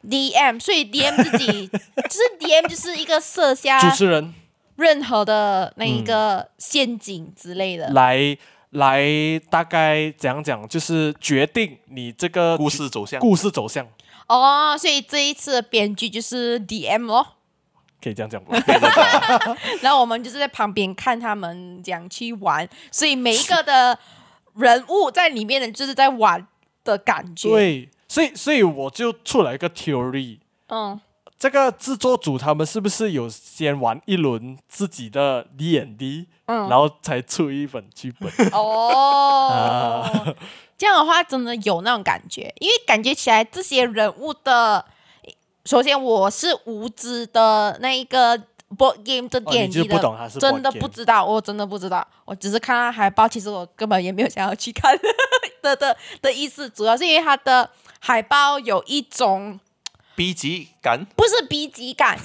S5: D M，
S4: [laughs]
S5: 所以 D M 自己就是 D M 就是一个设下
S4: 主持人
S5: 任何的那一
S4: 嗯
S5: 个陷阱之类的。
S4: 来来大概讲讲，就是决定你这个
S6: 故事走向。
S4: 故事走向，
S5: 哦，所以这一次的编剧就是 D M 咯，
S4: 可以这样讲不？
S5: 然后我们就是在旁边看他们怎样去玩，所以每一个的人物在里面的就是在玩的感觉。，
S4: 对，所以所以我就出来一个 theory，
S5: 嗯，
S4: 这个制作组他们是不是有先玩一轮自己的 D N D，然
S5: 嗯
S4: 后才出一本剧
S5: [laughs]
S4: 本？ [laughs]
S5: 哦，这样的话真的有那种感觉，因为感觉起来这些人物的，首先我是无知的那一个 board game 的
S4: 哦
S5: 电
S4: 你就
S5: 影的，
S4: 不懂它是 board
S5: 真的不
S4: game
S5: 知道，我真的不知道，我只是看到海报，其实我根本也没有想要去看的 [laughs] 的的意思，主要是因为它的海报有一种
S6: B 级感，
S5: 不是逼
S4: [laughs]
S5: 急感。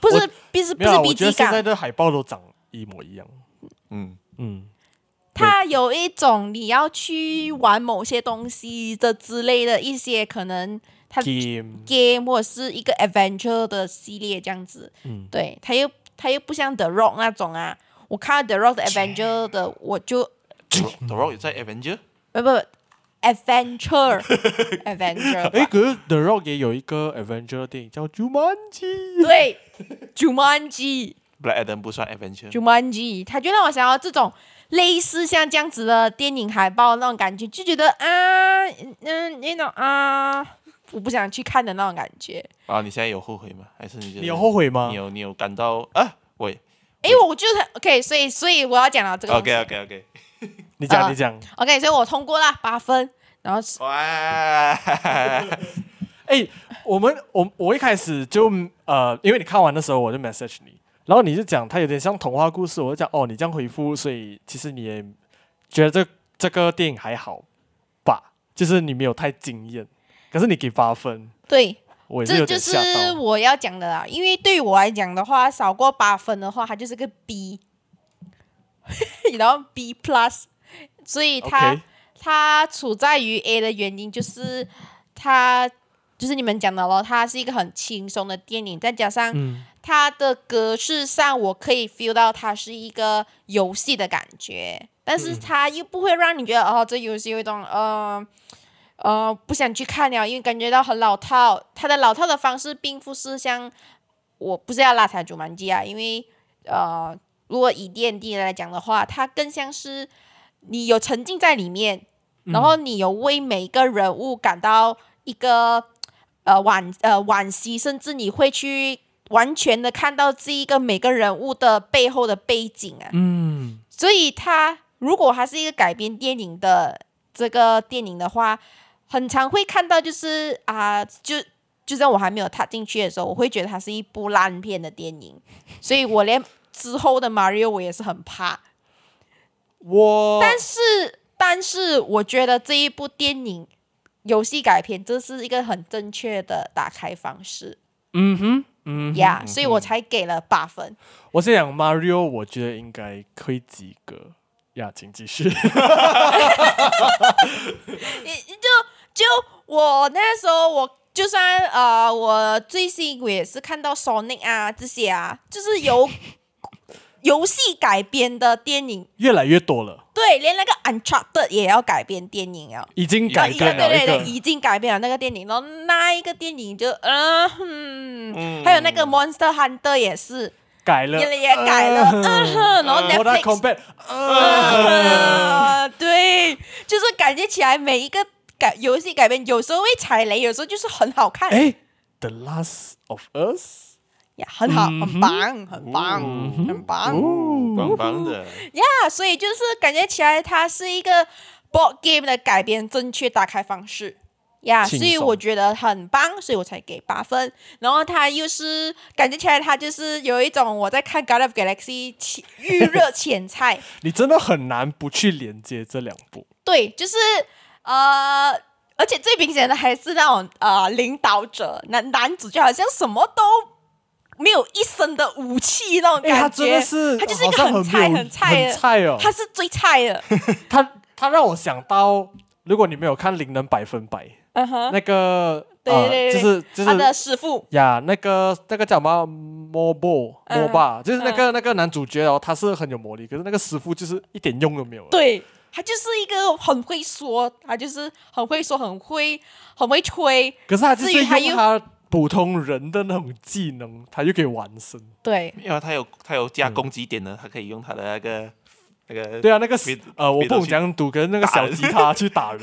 S5: 不是，不是，
S4: 没
S5: 不
S4: 有
S5: 是
S4: 啊，
S5: 逼
S4: 我觉
S5: 急
S4: 得现
S5: 感
S4: 在，的海报都长一模一样。
S6: 嗯，
S4: 嗯，
S5: 它有一种你要去玩某些东西的之类的一些可能它
S4: game
S5: game 或者是一个 adventure 的系列这样子。
S4: 嗯
S5: 对，它又它又不像 The Rock 那种啊，我看到 The Rock 的 adventure 的，我就呃
S6: The Rock 有在 Avenger，
S5: 不不
S4: [laughs]
S5: adventure adventure
S4: 哎，
S5: 吧
S4: 可是 The Rock 也有一个 Avenger 的电影叫《Jumanji》，
S5: 对 Jumanji。
S6: Black Adam 不算 Avenger，
S5: Jumanji，他就让我想要这种类似像这样子的电影海报那种感觉，就觉得啊，嗯，那种啊，我不想去看的那种感觉。
S6: 啊，你现在有后悔吗？还是你觉得
S4: 你有后悔吗
S6: 你？有你有感到啊？我
S5: 哎，我就是 OK，所以所以我要讲到这个东西
S6: OK OK OK，
S4: 你讲，
S5: 啊
S4: 你讲。
S5: OK，所以我通过了八分，然后
S4: [laughs]
S5: 是
S6: 哇，
S4: 哎，我们我我一开始就呃，因为你看完的时候我就 message 你，然后你就讲它有点像童话故事，我就讲哦，你这样回复，所以其实你也觉得这这个电影还好吧，就是你没有太惊艳，可是你给八分，
S5: 对，
S4: 我也是
S5: 这
S4: 有
S5: 就
S4: 点
S5: 是
S4: 吓到。
S5: 我要讲的啦。因为对于我来讲的话，少过八分的话，它就是个 B，然后 B plus，所以它。
S4: OK，
S5: 它处在于 A 的原因就是它就是你们讲的咯，它是一个很轻松的电影，再加上
S4: 嗯，
S5: 它的格式上，我可以 feel 到它是一个游戏的感觉，但是它又不会让你觉得哦，这游戏有一种呃。呃，不想去看了，因为感觉到很老套。它的老套的方式并不是像，我不是要拉踩主蛮机啊，因为呃，如果以 D N D 来讲的话，它更像是你有沉浸在里面，然后你有为每一个人物感到一个呃惋呃惋惜，甚至你会去完全的看到这一个每个人物的背后的背景啊。
S4: 嗯，
S5: 所以它如果它是一个改编电影的这个电影的话，很常会看到就是啊、就就在我还没有踏进去的时候，我会觉得它是一部烂片的电影，所以我连之后的 Mario 我也是很怕。
S4: 我
S5: 但是，但是我觉得这一部电影游戏改编，这是一个很正确的打开方式
S4: 嗯哼嗯哼，
S5: 呀所以我才给了八分。
S4: 我是讲 Mario，我觉得应该可以及格呀，请继续。 [laughs]
S5: 就我那时候，我就算呃，我最新我也是看到 Sonic 啊这些啊，就是有 [laughs] 游戏改编的电影，
S4: 越来越多了，
S5: 对，连那个 Uncharted 也要改编电影啊。
S4: 已经改
S5: 对
S4: 变了
S5: 对
S4: 一
S5: 对
S4: 个
S5: 对，已经改变了那个电影，然后那一个电影就嗯哼，
S4: 嗯
S5: 还有那个 Monster Hunter 也是
S4: 改了，呃
S5: 也也改了，嗯哼，然后
S4: Mortal
S5: Netflix
S4: Kombat，
S5: 啊，对，就是感觉起来每一个改游戏改编，有时候会踩雷，有时候就是很好
S4: [laughs]
S5: 看，
S4: 哎，《The Last of Us
S5: 呀，很好，
S4: 嗯
S5: 很棒，很棒，很棒
S6: 棒棒的，
S5: 呀！所以就是感觉起来，它是一个 board game 的改编正确打开方式。呀、
S4: 轻
S5: 所以
S4: 松
S5: 我觉得很棒，所以我才给八分。然后它又是感觉起来，它就是有一种我在看《God of Galaxy》前预
S4: [laughs]
S5: 热前菜，》，
S4: 你真的很难不去连接这两部。
S5: 对，就是呃，而且最明显的还是那种呃领导者男男主角好像什么都没有一身的武器那种
S4: 哎
S5: 感觉，
S4: 他真的是
S5: 他就是一个
S4: 好像很
S5: 菜
S4: 没有
S5: 很菜的
S4: 很菜哦
S5: 他是最菜的，
S4: 他他让我想到，如果你没有看《灵能百分百》
S5: 嗯哼，
S4: 那个，
S5: 对
S4: 呃
S5: 对对
S4: 就是 [laughs] 就
S5: 他的
S4: 是
S5: 师傅，
S4: 呀，那个那个叫什么 Mobo
S5: 嗯
S4: Moba，就是那个那个男主角哦，他是很有魔力，可是那个师傅就是一点用都没有。，啊
S5: 对。他就是一个很会说，他就是很会说，很会，很会吹，
S4: 可是他就是
S5: 至于他又
S4: 用他普通人的那种技能，他就可以完身。
S5: 对，
S6: 因为他有他有加攻击点的，他可以用他的那个那个
S4: 对啊，那个
S6: 别
S4: 呃，我
S6: 别
S4: 不
S6: 的
S4: 懂
S6: 去
S4: 讲赌，可是那个小吉他去打人，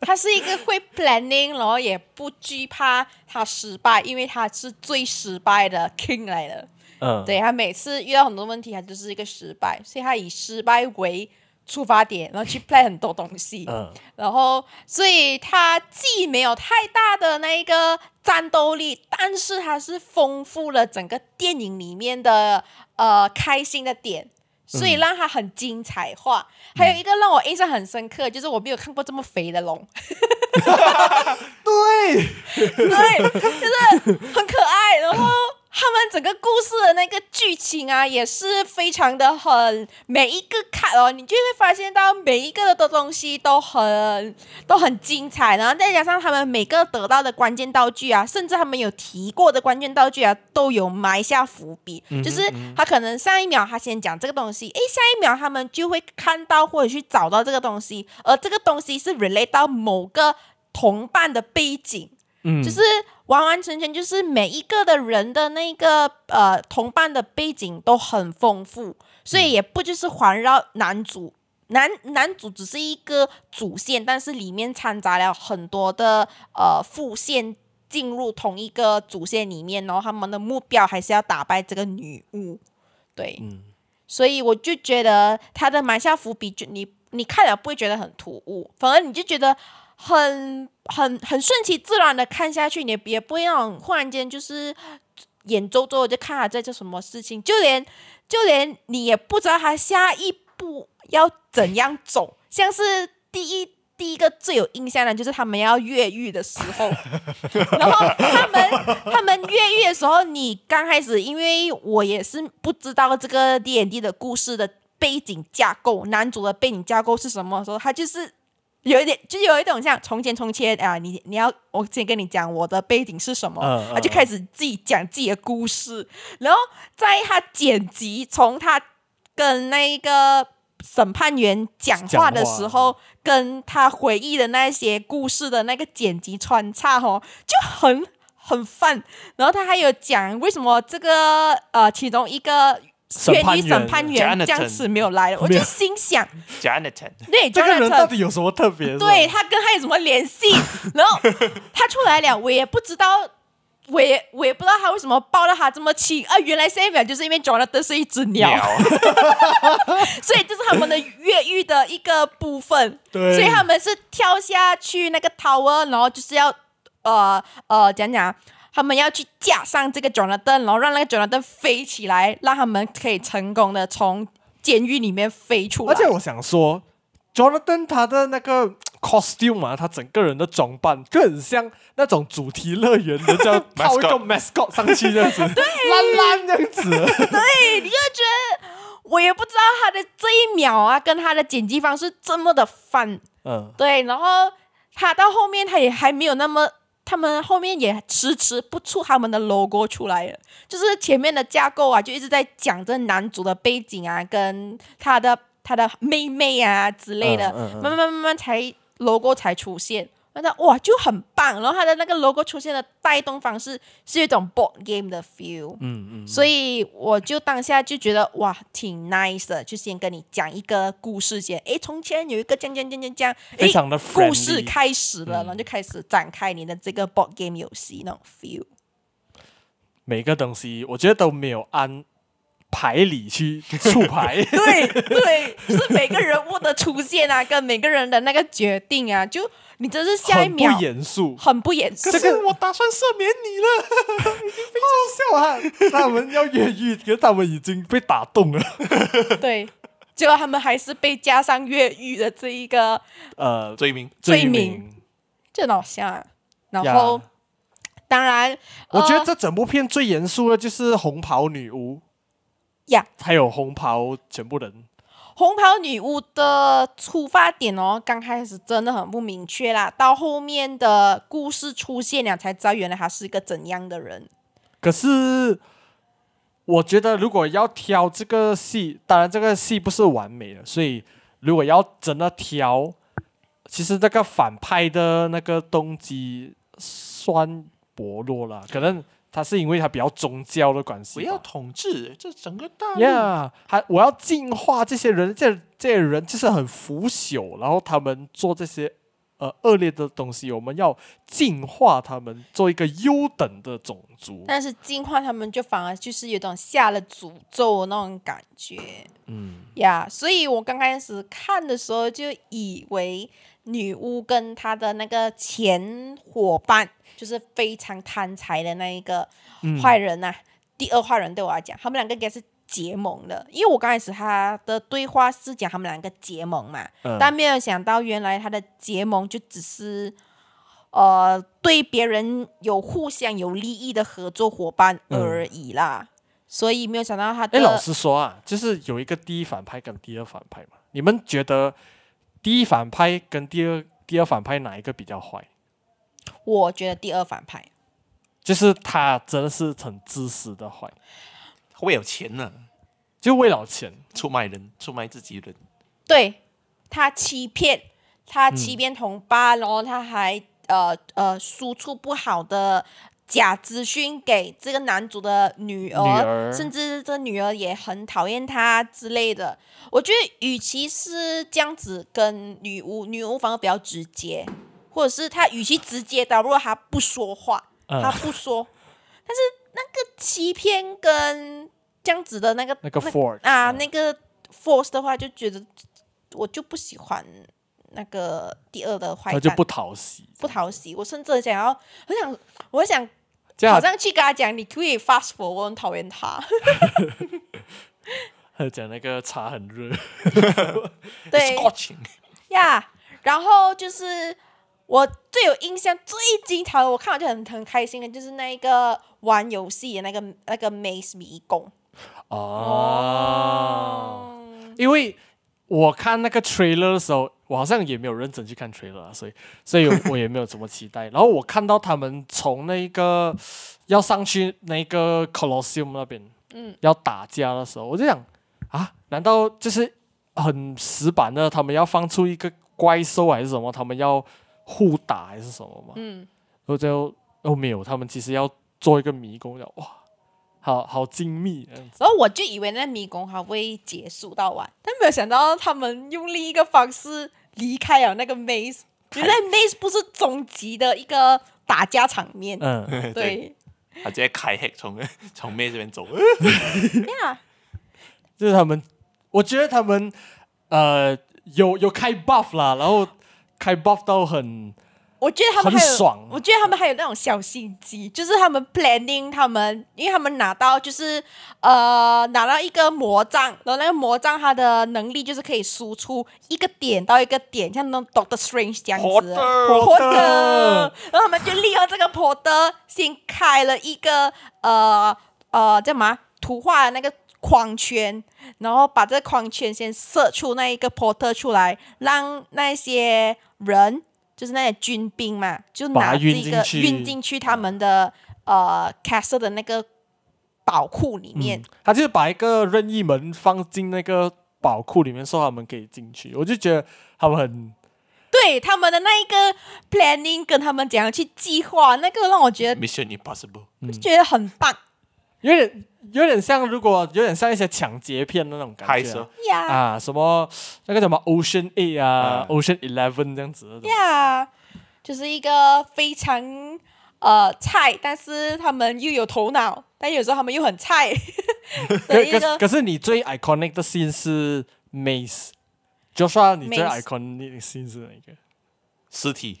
S5: 他是一个会 planning，然后也不惧怕他失败，因为他是最失败的 king 来的。
S4: 嗯，
S5: 对他每次遇到很多问题，他就是一个失败，所以他以失败为出发点，然后去 plan 很多东西。
S4: [laughs] 嗯，
S5: 然后，所以他既没有太大的那一个战斗力，但是他是丰富了整个电影里面的呃开心的点，所以让他很精彩化。还有一个让我印象很深刻，就是我没有看过这么肥的龙， [laughs]
S4: 对，
S5: 对，就是很可爱。然后他们整个故事的那个剧情啊，也是非常的很每一个看哦，你就会发现到每一个的东西都很都很精彩。然后再加上他们每个得到的关键道具啊，甚至他们有提过的关键道具啊，都有埋下伏笔。就是他可能上一秒他先讲这个东西，诶，下一秒他们就会看到或者去找到这个东西，而这个东西是 relate 到某个同伴的背景。
S4: 嗯
S5: 就是完完全全就是每一个的人的那个呃同伴的背景都很丰富，所以也不就是环绕男主。男男主只是一个主线，但是里面掺杂了很多的呃副线进入同一个主线里面，然后他们的目标还是要打败这个女巫，对，所以我就觉得他的埋下伏笔，就你你看了不会觉得很突兀，反而你就觉得很很很顺其自然的看下去，你也不会那种忽然间就是眼周周的就看啊他在做什么事情，就连就连你也不知道他下一步要怎样走，像是第一。第一个最有印象的就是他们要越狱的时候，然后他们他们越狱的时候，你刚开始因为我也是不知道这个 D N D 的故事的背景架构，男主的背景架构是什么的时候，他就是有一点，就有一种像从前从前啊，你你要我先跟你讲我的背景是什么，
S4: 嗯嗯
S5: 他就开始自己讲自己的故事，然后在他剪辑从他跟那个审判员讲话的时候，跟他回忆的那些故事的那个剪辑穿插哦，就很很泛。然后他还有讲为什么这个呃其中一个
S4: 审
S5: 越
S4: 判
S5: 狱
S4: 员
S5: 审判员
S6: Jonathan
S5: 僵持没有来了，我
S4: 没
S5: 就
S4: 有
S5: 心想，
S6: Jonathan，
S4: [laughs]
S5: 对
S4: 这个人到
S5: Jonathan
S4: 底有什么特别？
S5: 对，他跟他有什么联系？ [laughs] 然后他出来了，我也不知道，我也我也不知道他为什么抱到他这么亲啊！原来下一秒就是因为 Jonathan 是一只鸟， [laughs] 所以这是他们的越狱的一个部分。
S4: 对
S5: 所以他们是跳下去那个 tower，然后就是要呃呃讲讲。他们要去架上这个 Jonathan，然后让那个 Jonathan 飞起来，让他们可以成功的从监狱里面飞出
S4: [laughs]
S5: 来。
S4: 而且我想说，Jonathan 他的那个 costume 啊，他整个人的装扮就很像那种主题乐园的，叫套一个 [laughs] mascot 上去这样
S5: [laughs]
S4: 子，烂烂这样子。
S5: 对，你就觉得我也不知道他的这一秒啊，跟他的剪辑方式这么的翻，
S4: 嗯，
S5: 对，然后他到后面他也还没有那么。他们后面也迟迟不出他们的 logo 出来了，就是前面的架构啊，就一直在讲这男主的背景啊，跟他的他的妹妹啊之类的，
S4: 嗯嗯嗯
S5: 慢慢慢慢才 logo 才出现。那他哇就很棒，然后他的那个 logo 出现的带动方式是一种 board game 的 feel，
S4: 嗯嗯，
S5: 所以我就当下就觉得哇，挺 nice 的，就先跟你讲一个故事先。诶，从前有一个这样这样这样这样，诶
S4: 非常的
S5: 故事
S4: friendly 嗯
S5: 开始了，然后就开始展开你的这个 board game 游戏那种
S4: [laughs]
S5: feel。
S4: [laughs] 每个东西我觉得都没有按牌理去出牌。
S5: 对对，就是每个人物的出现啊，跟每个人的那个决定啊，就你真是 [laughs] 下一
S4: 很
S5: 秒
S4: 不严肃。
S5: 很不严肃。
S4: 可是我打算赦免你了，已经非常笑啊！他们要越狱，可是他们已经被打动了。
S5: 对，结果他们还是被加上越狱的这一个，
S4: 呃，[laughs]
S6: 罪名
S5: 罪
S4: 罪
S5: 名，这很好笑啊。然
S4: 呀
S5: 后当然，
S4: 我觉
S5: 呃
S4: 得这整部片最严肃的就是红袍女巫
S5: 呀，
S4: 还有红袍全部人。
S5: 红袍女巫的出发点哦，刚开始真的很不明确啦，到后面的故事出现了，才知道原来她是一个怎样的人。
S4: 可是我觉得，如果要挑这个戏，当然这个戏不是完美的，所以如果要真的挑，其实那个反派的那个动机算薄弱了，可能他是因为他比较宗教的关系
S6: 我
S4: 吧。
S6: 要统治这整个大陆。
S4: 呀，还我要净化这些人，这这些人就是很腐朽，然后他们做这些呃恶劣的东西，我们要净化他们，做一个优等的种族。
S5: 但是进化他们就反而就是有种下了诅咒的那种感觉
S4: 嗯，
S5: 呀。所以我刚开始看的时候就以为女巫跟她的那个前伙伴，就是非常贪财的那一个
S4: 嗯
S5: 坏人呐、第二坏人对我来讲，他们两个应该是。结盟的，因为我刚开始他的对话是讲他们两个结盟嘛，
S4: 嗯
S5: 但没有想到原来他的结盟就只是呃对别人有互相有利益的合作伙伴而已啦。所以没有想到他
S4: 哎，
S5: 的
S4: 嗯老实说啊，就是有一个第一反派跟第二反派嘛，你们觉得第一反派跟第二第二反派哪一个比较坏？
S5: 我觉得第二反派
S4: 就是他真的是很自私的坏，
S6: 为有钱呢、
S4: 就为了钱。
S6: 出卖人，出卖自己人，
S5: 对他欺骗，他欺骗同伴，然后他还呃呃输出不好的。假资讯给这个男主的女儿，
S4: 女儿
S5: 甚至这女儿也很讨厌他之类的。我觉得，与其是这样子跟女巫，女巫反而比较直接，或者是他与其直接的，如果他不说话，
S4: 嗯
S5: 他不说，但是那个欺骗跟这样子的那个
S4: 那个 Ford
S5: 啊，
S4: 嗯
S5: 那个 force 的话，就觉得我就不喜欢那个第二的坏
S4: 他就
S5: 蛋，
S4: 不讨喜，
S5: 不讨喜。我甚至很想要，很想，我想
S4: 这样
S5: 跑上去跟他讲，你可以 fast forward，我很讨
S4: [laughs]
S5: 厌他。
S4: 他讲那个茶很热，
S5: 对
S6: watching
S5: [laughs] 呀然后就是我最有印象、最精彩的，我看了就很很开心的，就是那一个玩游戏的那个那个 maze 迷宫。
S4: 哦，因为我看那个 trailer 的时候，我好像也没有认真去看 trailer 啊，所以所以我我也没有怎么期待。然后我看到他们从那个要上去那个 Colosseum 那边，嗯，要打架的时候，我就想啊，难道就是很死板的，他们要放出一个怪兽还是什么？他们要互打还是什么吗？
S5: 嗯，
S4: 然后就哦没有，他们其实要做一个迷宫，我就哇，好好精密啊这样子。
S5: 然后我就以为那迷宫还会结束到完，但没有想到他们用另一个方式离开了那个 maze。原来 maze 不是终极的一个打架场面，
S4: 嗯，
S5: 对
S6: 他直接开黑从从妹这
S5: [laughs]
S6: 边走，呃
S5: 呀，
S4: 就是他们，我觉得他们呃有有开 buff 啦，然后开 buff 到很
S5: 我觉得他们
S4: 很
S5: 还有，
S4: 爽
S5: 我觉得他们还有那种小心机，就是他们 planning，他们因为他们拿到就是呃拿到一个魔杖，然后那个魔杖它的能力就是可以输出一个点到一个点，像那种 Doctor Strange 这样子
S6: Porter，
S5: Porter 然后他们就利用这个 Porter 先开了一个呃呃叫什么啊图画的那个框圈，然后把这个框圈先射出那一个 porter 出来，让那些人就是那些军兵嘛，就
S4: 把它
S5: 拿
S4: 运
S5: 这
S4: 进
S5: 个
S4: 去
S5: 运进去他们的呃 castle 的那个宝库里面
S4: 嗯。，他就是把一个任意门放进那个宝库里面，说他们可以进去。我就觉得他们很
S5: 对他们的那一个 planning 跟他们怎样去计划，那个让我觉得、
S6: Mission Impossible，
S4: 嗯
S5: 觉得很棒
S4: 有点有点像，如果有点像一些抢劫片的那种
S6: 嗨
S4: 感觉
S6: 色
S4: 啊、
S5: 呀
S4: 啊什么那个叫什么 Ocean Eight 啊
S6: 啊、
S4: Ocean Eleven 这样子
S5: 啊
S4: 的东西。
S5: 呀就是一个非常呃菜，但是他们又有头脑，但有时候他们又
S4: [laughs]
S5: 很菜的一
S4: 可
S5: 个
S4: 可可是你最 iconic 的 scene 是 Maze。Joshua，你最
S5: Maze
S4: iconic 的 scene 是哪一个
S6: 尸体，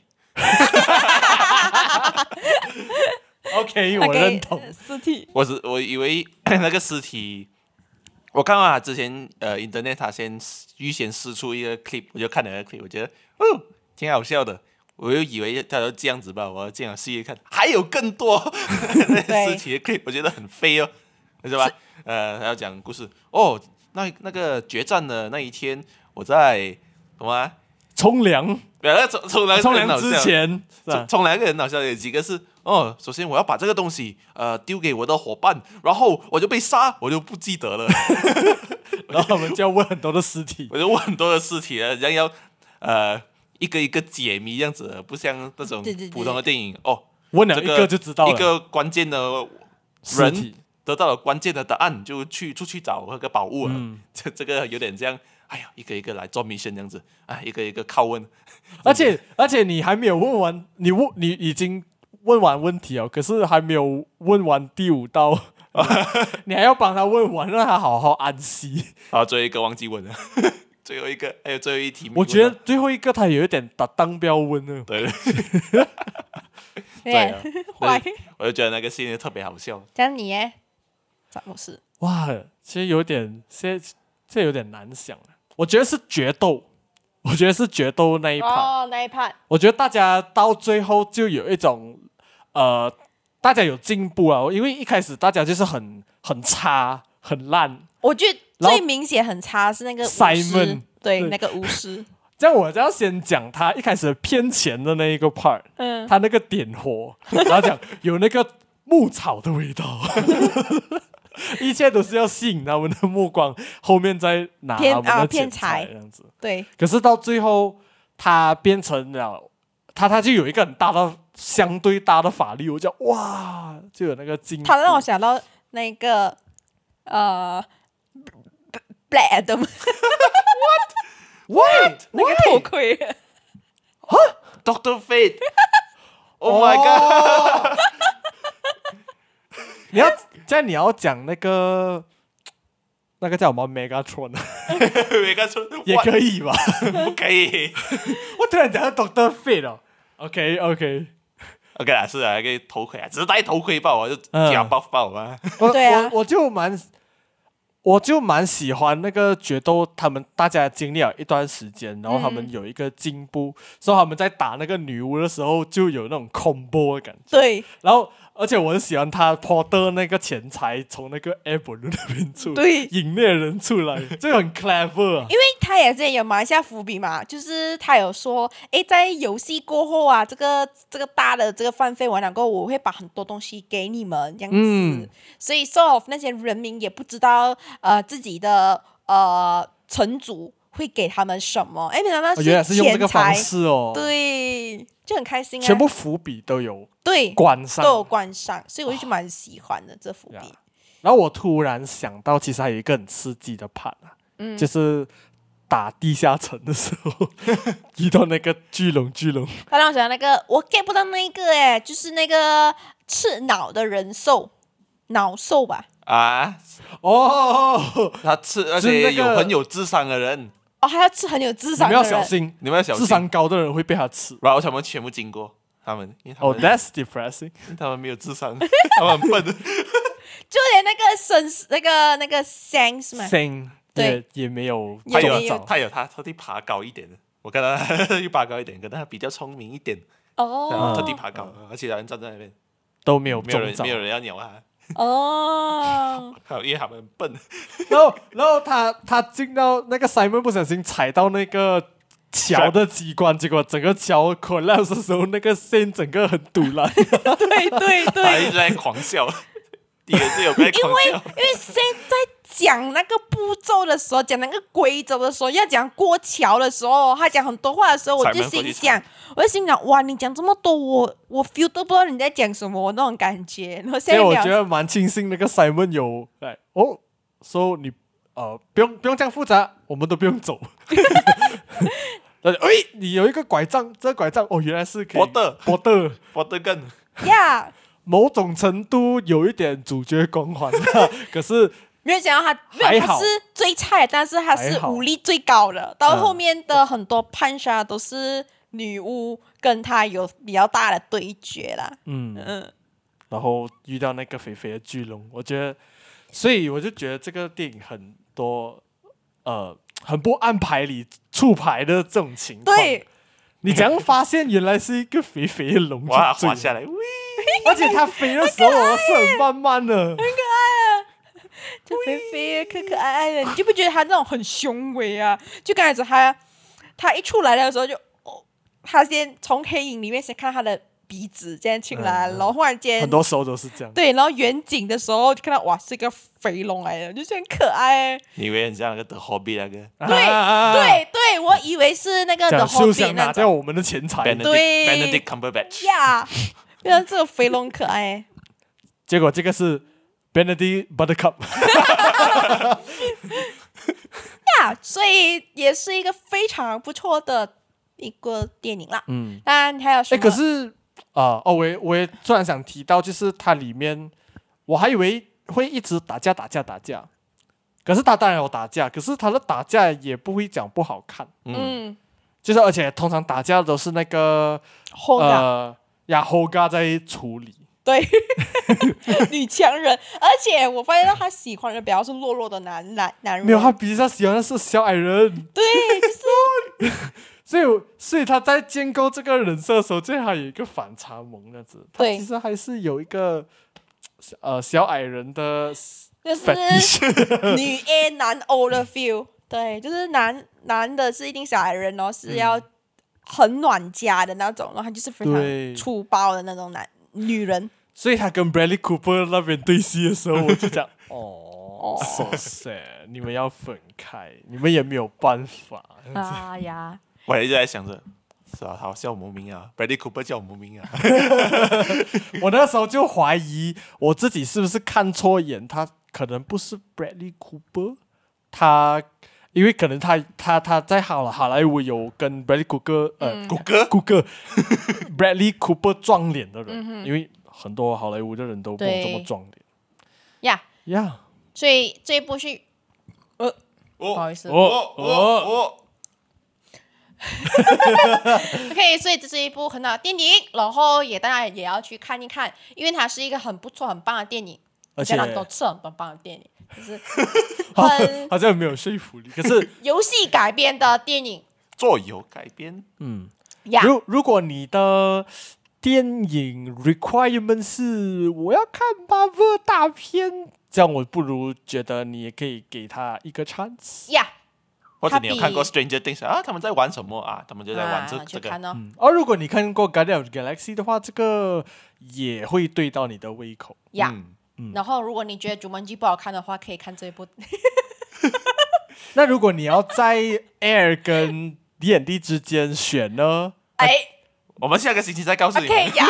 S4: ？OK，
S5: 那
S4: 我
S5: 个
S4: 认同。
S5: 尸体。
S6: 我只我以为 [clears throat] 那个尸体，我看到他之前呃，internet 他先预先试出一个 clip，我就看了那个 clip，我觉得哦，挺好笑的。我又以为他要这样子吧，我要这样试一看，还有
S4: [laughs]
S6: 更多尸体的 clip，我觉得很飞哦，是吧？呃，他要讲故事哦，那那个决战的那一天，我在什么、啊？
S4: 冲凉，
S6: 不要冲冲凉，
S4: 冲凉
S6: 哎很好
S4: 之
S6: 笑
S4: 前是吧
S6: 从？从来一个很好笑的有几个是哦，首先我要把这个东西呃丢给我的伙伴，然后我就被杀，我就不记得了， [laughs]
S4: 然后我们就要问很多的尸体。
S6: 我就问很多的尸体了，人家要呃一个一个解谜这样子，不像那种
S5: 对对对
S6: 普通的电影哦，
S4: 问了
S6: 这
S4: 一个就知道了，
S6: 一个关键的
S4: 尸体
S6: 人得到了关键的答案，就去出去找那个宝物了。啊
S4: 嗯
S6: [laughs] 这这个有点这样，哎呀，一个一个来做 mission 这样子，啊，一个一个拷问，
S4: 而且而且你还没有问完，你问你已经问完问题哦，可是还没有问完第五道， [laughs] 你还要帮他问完，让他好好安息。
S6: 啊，最后一个忘记问了， [laughs] 最后一个还有最后一题没问
S4: 我
S6: 了，
S4: 觉得最后一个他有一点打当标问了，
S6: 对。 [laughs] 对
S5: 对
S6: 啊，
S5: 坏。
S6: 我就觉得那个系列特别好笑。
S5: 讲你耶，詹姆斯
S4: 哇，其实有点，现在这有点难想了。我觉得是决斗，我觉得是决斗那一 part，、
S5: 哦，那一 part
S4: 我觉得大家到最后就有一种，呃，大家有进步啊，因为一开始大家就是很很差、很烂，
S5: 我觉得
S4: 然后
S5: 最明显很差是那个巫师
S4: Simon，对
S5: 对那个巫师，
S4: 这样我就要先讲他一开始偏前的那一个 part，
S5: [laughs] 嗯，
S4: 他那个点火，然后讲有那个牧草的味道， [laughs] 一切都是要吸引他们的目光，后面再拿
S5: 偏
S4: 他们
S5: 啊
S4: 的
S5: 偏
S4: 剪裁
S5: 财
S4: 这样子。
S5: 对，
S4: 可是到最后，他变成了他他就有一个很大的相对大的法力，我讲哇，就有那个进步。
S5: 他让我想到那个呃，Black 的
S4: 喂，
S5: 那个 [laughs] 头盔，
S6: Doctor Fate，Oh
S4: Oh
S6: my god！
S5: [laughs]
S4: 你要这样你要讲那个那个叫什么 Megatron 啊
S6: [laughs] 每个说
S4: 也可以吧？
S6: 哇不可以
S4: 我突然讲到 Doctor Fate 哦，OK OK，
S6: ？OK 啦，是啊，那个头盔啊，只是戴头盔吧，我就
S4: 嗯
S6: 假 buff 吧，我嘛。
S4: 我
S5: 对啊
S4: 我我就蛮我就蛮喜欢那个决斗，他们大家经历了一段时间，然后他
S5: 嗯
S4: 们有一个进步，所以他们在打那个女巫的时候就有那种 combo 的感觉。
S5: 对
S4: 然后，而且我很喜欢他 Porter 那个钱财从那个 a b r 那边出，
S5: 对
S4: 引猎人出
S5: [laughs]
S4: 来，这个很 clever 啊。
S5: 因为他也是有埋下伏笔嘛，就是他有说，诶，在游戏过后啊，这个这个大的这个饭费完了过后，我会把很多东西给你们这样子，
S4: 嗯
S5: 所以 sort of 那些人民也不知道呃自己的呃城主会给他们什么，诶，没想到
S4: 我哦原来是用这
S5: 钱
S4: 个方
S5: 财，
S4: 式哦，，
S5: 对，就很开心啊，
S4: 全部伏笔都有
S5: 对
S4: 关上，
S5: 都有关上，所以我就蛮喜欢的这伏笔
S4: 呀，然后我突然想到，其实还有一个很刺激的 part 啊，
S5: 嗯
S4: 就是打地下城的时候 [laughs] 遇到那个巨龙，巨龙
S5: 他让我想到那个我 get 不到那个诶，就是那个吃脑的人兽。脑兽吧，
S6: 啊，
S4: 哦，
S6: 他吃，而
S4: 是那
S6: 且
S4: 个
S6: 有很有智商的人，
S5: 哦，还要吃很有智
S4: 你
S5: 商
S4: 们
S5: 的
S4: 要
S5: 人，
S4: 小心，
S6: 你们要小
S4: 智
S6: 心。
S4: 商高的人会被他吃。
S6: 然后他们全部经过他们，因为他
S4: 哦、
S6: 们
S4: t h a t s depressing。
S6: 他们没有智商， [laughs] 他们
S4: [laughs]
S6: 很笨。
S5: 就连那个绅士，那个那个 Sans 嘛，
S4: Sing 也
S5: 对
S4: 也没有
S5: 也
S6: 他
S5: 没
S4: 中
S6: 有
S5: 有
S4: 招，
S6: 他有他特地爬高一点的，我看他又爬高一点，可能他比较聪明一点，然后特地
S5: 哦
S6: 爬高，而且他人站在那边，
S4: 都嗯没有
S6: 没有
S4: 中
S6: 人
S4: 招
S6: 没。有人要鸟他，
S5: 哦，
S6: 因为他们很笨。
S4: 然后然后他他进到那个 Simon 不小心踩到那个桥的机关，结果整个桥 collapse 的时候，那个线整个很堵烂。
S5: 对对
S6: 他
S5: 对，
S6: 一直在狂笑， [laughs] 也是有在狂笑。
S5: 因为现在讲那个步骤的时候，讲那个规则的时候，要讲过桥的时候，他讲很多话的时候，我
S6: 踩
S5: 就
S6: 门过
S5: 心
S6: 去
S5: 想，我就心想，哇，你讲这么多，我我 feel 都不到你在讲什么，我那种感觉。然
S4: 所
S5: 后现
S4: 以
S5: 在
S4: 我
S5: 聊
S4: 觉得蛮庆幸那个 Simon 有来哦，说、你呃不用不用这样复杂，我们都不用走。 [laughs] 那就哎，你有一个拐杖，这个拐杖哦，原来是可以
S6: 伯特
S4: 伯特，
S6: 我的更
S5: 呀
S4: 某种程度有一点主角光环 [laughs] 的，可是
S5: 没有想到他没
S4: 还
S5: 有他
S4: 好
S5: 是最菜，但是他
S4: 还
S5: 是
S4: 好
S5: 武力最高的。到
S4: 嗯
S5: 后面的很多潘莎都是女巫跟他有比较大的对决啦。
S4: 嗯，
S5: 嗯，
S4: 然后遇到那个肥肥的巨龙，我觉得，所以我就觉得这个电影很多呃很不按牌理出牌的这种情况。
S5: 对，
S4: 你怎样发现原来是一个肥肥的龙
S6: 哇
S4: 去追
S6: 滑下来，喂
S4: 而且它飞的时候是很慢慢的，
S5: 就肥肥可可爱爱的，你就不觉得他那种很雄伟啊？就刚开始他他一出来的时候就，哦，他先从黑影里面先看他的鼻子这样进来，
S4: 嗯嗯
S5: 然后忽然间
S4: 很多时候都是这样。
S5: 对，然后远景的时候就看到哇是一个肥龙来的，就是很可爱、
S6: 你以为很像那个德 h o b b 那个
S4: 对
S5: 对、
S4: 啊
S5: 对对，我以为是那个
S4: 这
S5: The
S4: 样休想
S5: Hobbit
S4: 拿
S5: 那
S4: 掉
S5: 种
S4: 我们的钱财。
S6: Benedict
S5: 对
S6: Benedict Cumberbatch，
S5: 呀，对啊，这个肥龙
S4: [laughs]
S5: 可
S4: 嗯
S5: 爱，
S4: 结果这个是 Benedict Buttercup，
S5: 呀，所以也是一个非常不错的一个电影啦。
S4: 嗯，
S5: 当然还有什
S4: 哎，
S5: 么？
S4: 可是啊、哦，我也我也突然想提到，就是它里面，我还以为会一直打架打架打架，可是他当然有打架，可是他的打架也不会讲不好看，
S6: 嗯，
S5: 嗯，
S4: 就是而且通常打架都是那个
S5: 后啊。
S4: 呃呀 Hoga 在处理，
S5: 对，
S4: [laughs]
S5: [laughs] 女强人，而且我发现到他喜欢的比较是弱弱的男男男人，
S4: 没有他比较喜欢的是小矮人。
S5: 对，就是
S4: 所以我，所以他在建构这个人设的时候，最好有一个反差萌这样子。他
S5: 对
S4: 其实还是有一个呃小矮人的
S5: 就
S4: fetish [laughs]
S5: 是女 A 男 O 的 feel，对，就是男男的是一定小矮人哦，是要
S4: 嗯
S5: 很暖家的那种，然后他就是非
S4: 对
S5: 常粗暴的那种男女人，
S4: 所以他跟 Bradley Cooper 那边对戏的时候，我就讲哦
S5: 哦
S4: ，so sad，你们要分开，你们也没有办法。
S5: 啊呀，
S6: 我还一直在想着，是啊，他叫我们名啊，Bradley Cooper 叫我们
S5: [laughs]
S6: 名啊，
S4: 我那时候就怀疑我自己是不是看错眼，他可能不是 Bradley Cooper，他因为可能他他他在好好莱坞有跟 Bradley Cooper 呃、
S6: 谷歌
S4: 谷 [laughs] 歌 Bradley Cooper 撞脸的人，因为很多好莱坞的人都不能这么
S5: 对
S4: 撞脸
S5: 呀，
S4: 呀。
S5: 所以这一部是
S6: 不
S5: 不好意思
S4: 哦
S6: 我
S4: 哦，
S6: 我我，
S5: OK，所以这是一部很好的电影，然后也当然也要去看一看，因为它是一个很不错、很棒的电影，
S4: 而且
S5: 讲了很多次很棒棒的电影，就是
S4: [laughs]
S5: 很
S4: 好像没有说服力。可 [laughs] 是，
S5: 游戏改编的电影
S6: 做有改编，
S4: 嗯，
S5: 呀。
S4: 如如果你的电影 requirement 是我要看 Marvel 大片，这样我不如觉得你也可以给他一个 chance。
S5: 呀，
S6: 或者
S5: 它
S6: 你有看过
S5: 比
S6: Stranger Things 啊？他们在玩什么啊？他们就在玩这
S5: 啊去
S6: 这个
S5: 看哦，
S4: 嗯，而如果你看过《Guardian of the Galaxy》的话，这个也会对到你的胃口。
S5: 呀。
S6: 嗯
S5: 然后，如果你觉得《逐梦记》不好看的话，可以看这一部。
S4: 那如果你要在 Air 跟 D N D 之间选呢，
S5: 哎
S6: 我们下个星期再告诉你们。
S5: ，OK 呀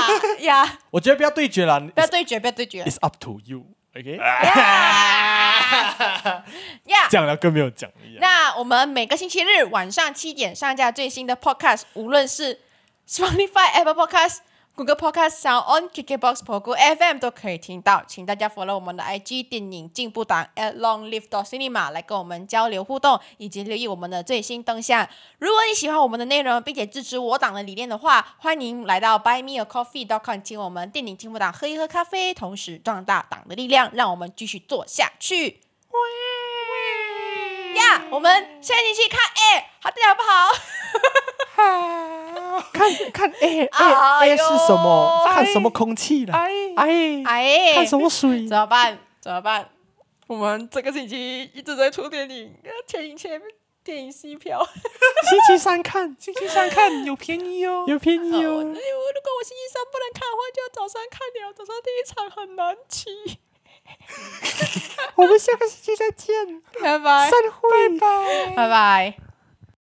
S5: 呀，
S4: 我觉得不要对决啦
S5: 不要
S4: ，It's
S5: 对决，不要对
S4: [laughs]
S5: 决
S4: it's up to you，OK？、
S5: 呀。
S4: 讲了跟没有讲一
S5: [laughs]
S4: 样。
S5: 那我们每个星期日晚上七点上架最新的 Podcast，无论是 Spotify、Apple Podcast、Google Podcast、Sound On、KKBox、p o g o FM 都可以听到。请大家 follow 我们的 IG 电影进步党 at Long Live the Cinema 来跟我们交流互动，以及留意我们的最新动向。如果你喜欢我们的内容，并且支持我党的理念的话，欢迎来到 buymeacoffee.com 请我们电影进步党喝一喝咖啡，同时壮大党的力量，让我们继续做下去。呀我们下星期看 A，好的好不好？
S4: 看看 A A
S5: 哎
S4: A
S5: 呦
S4: 是什么？
S5: 哎
S4: 看什么空气啦？哎
S5: 哎，
S4: 看什么
S5: [laughs]
S4: 水？
S5: 怎么办？怎么办？我们这个星期一直在出电影，前前电影戏票。
S4: 星期三看，
S6: 星期三看有便宜哦。
S4: 有便
S5: 好
S4: 宜
S5: 我
S4: 哦。
S5: 我哎如果我星期三不能看的话，就要早上看了。早上第一场很难起，
S4: 我们下个星期再见，
S5: 拜拜，
S4: 散会吧。
S5: 拜拜。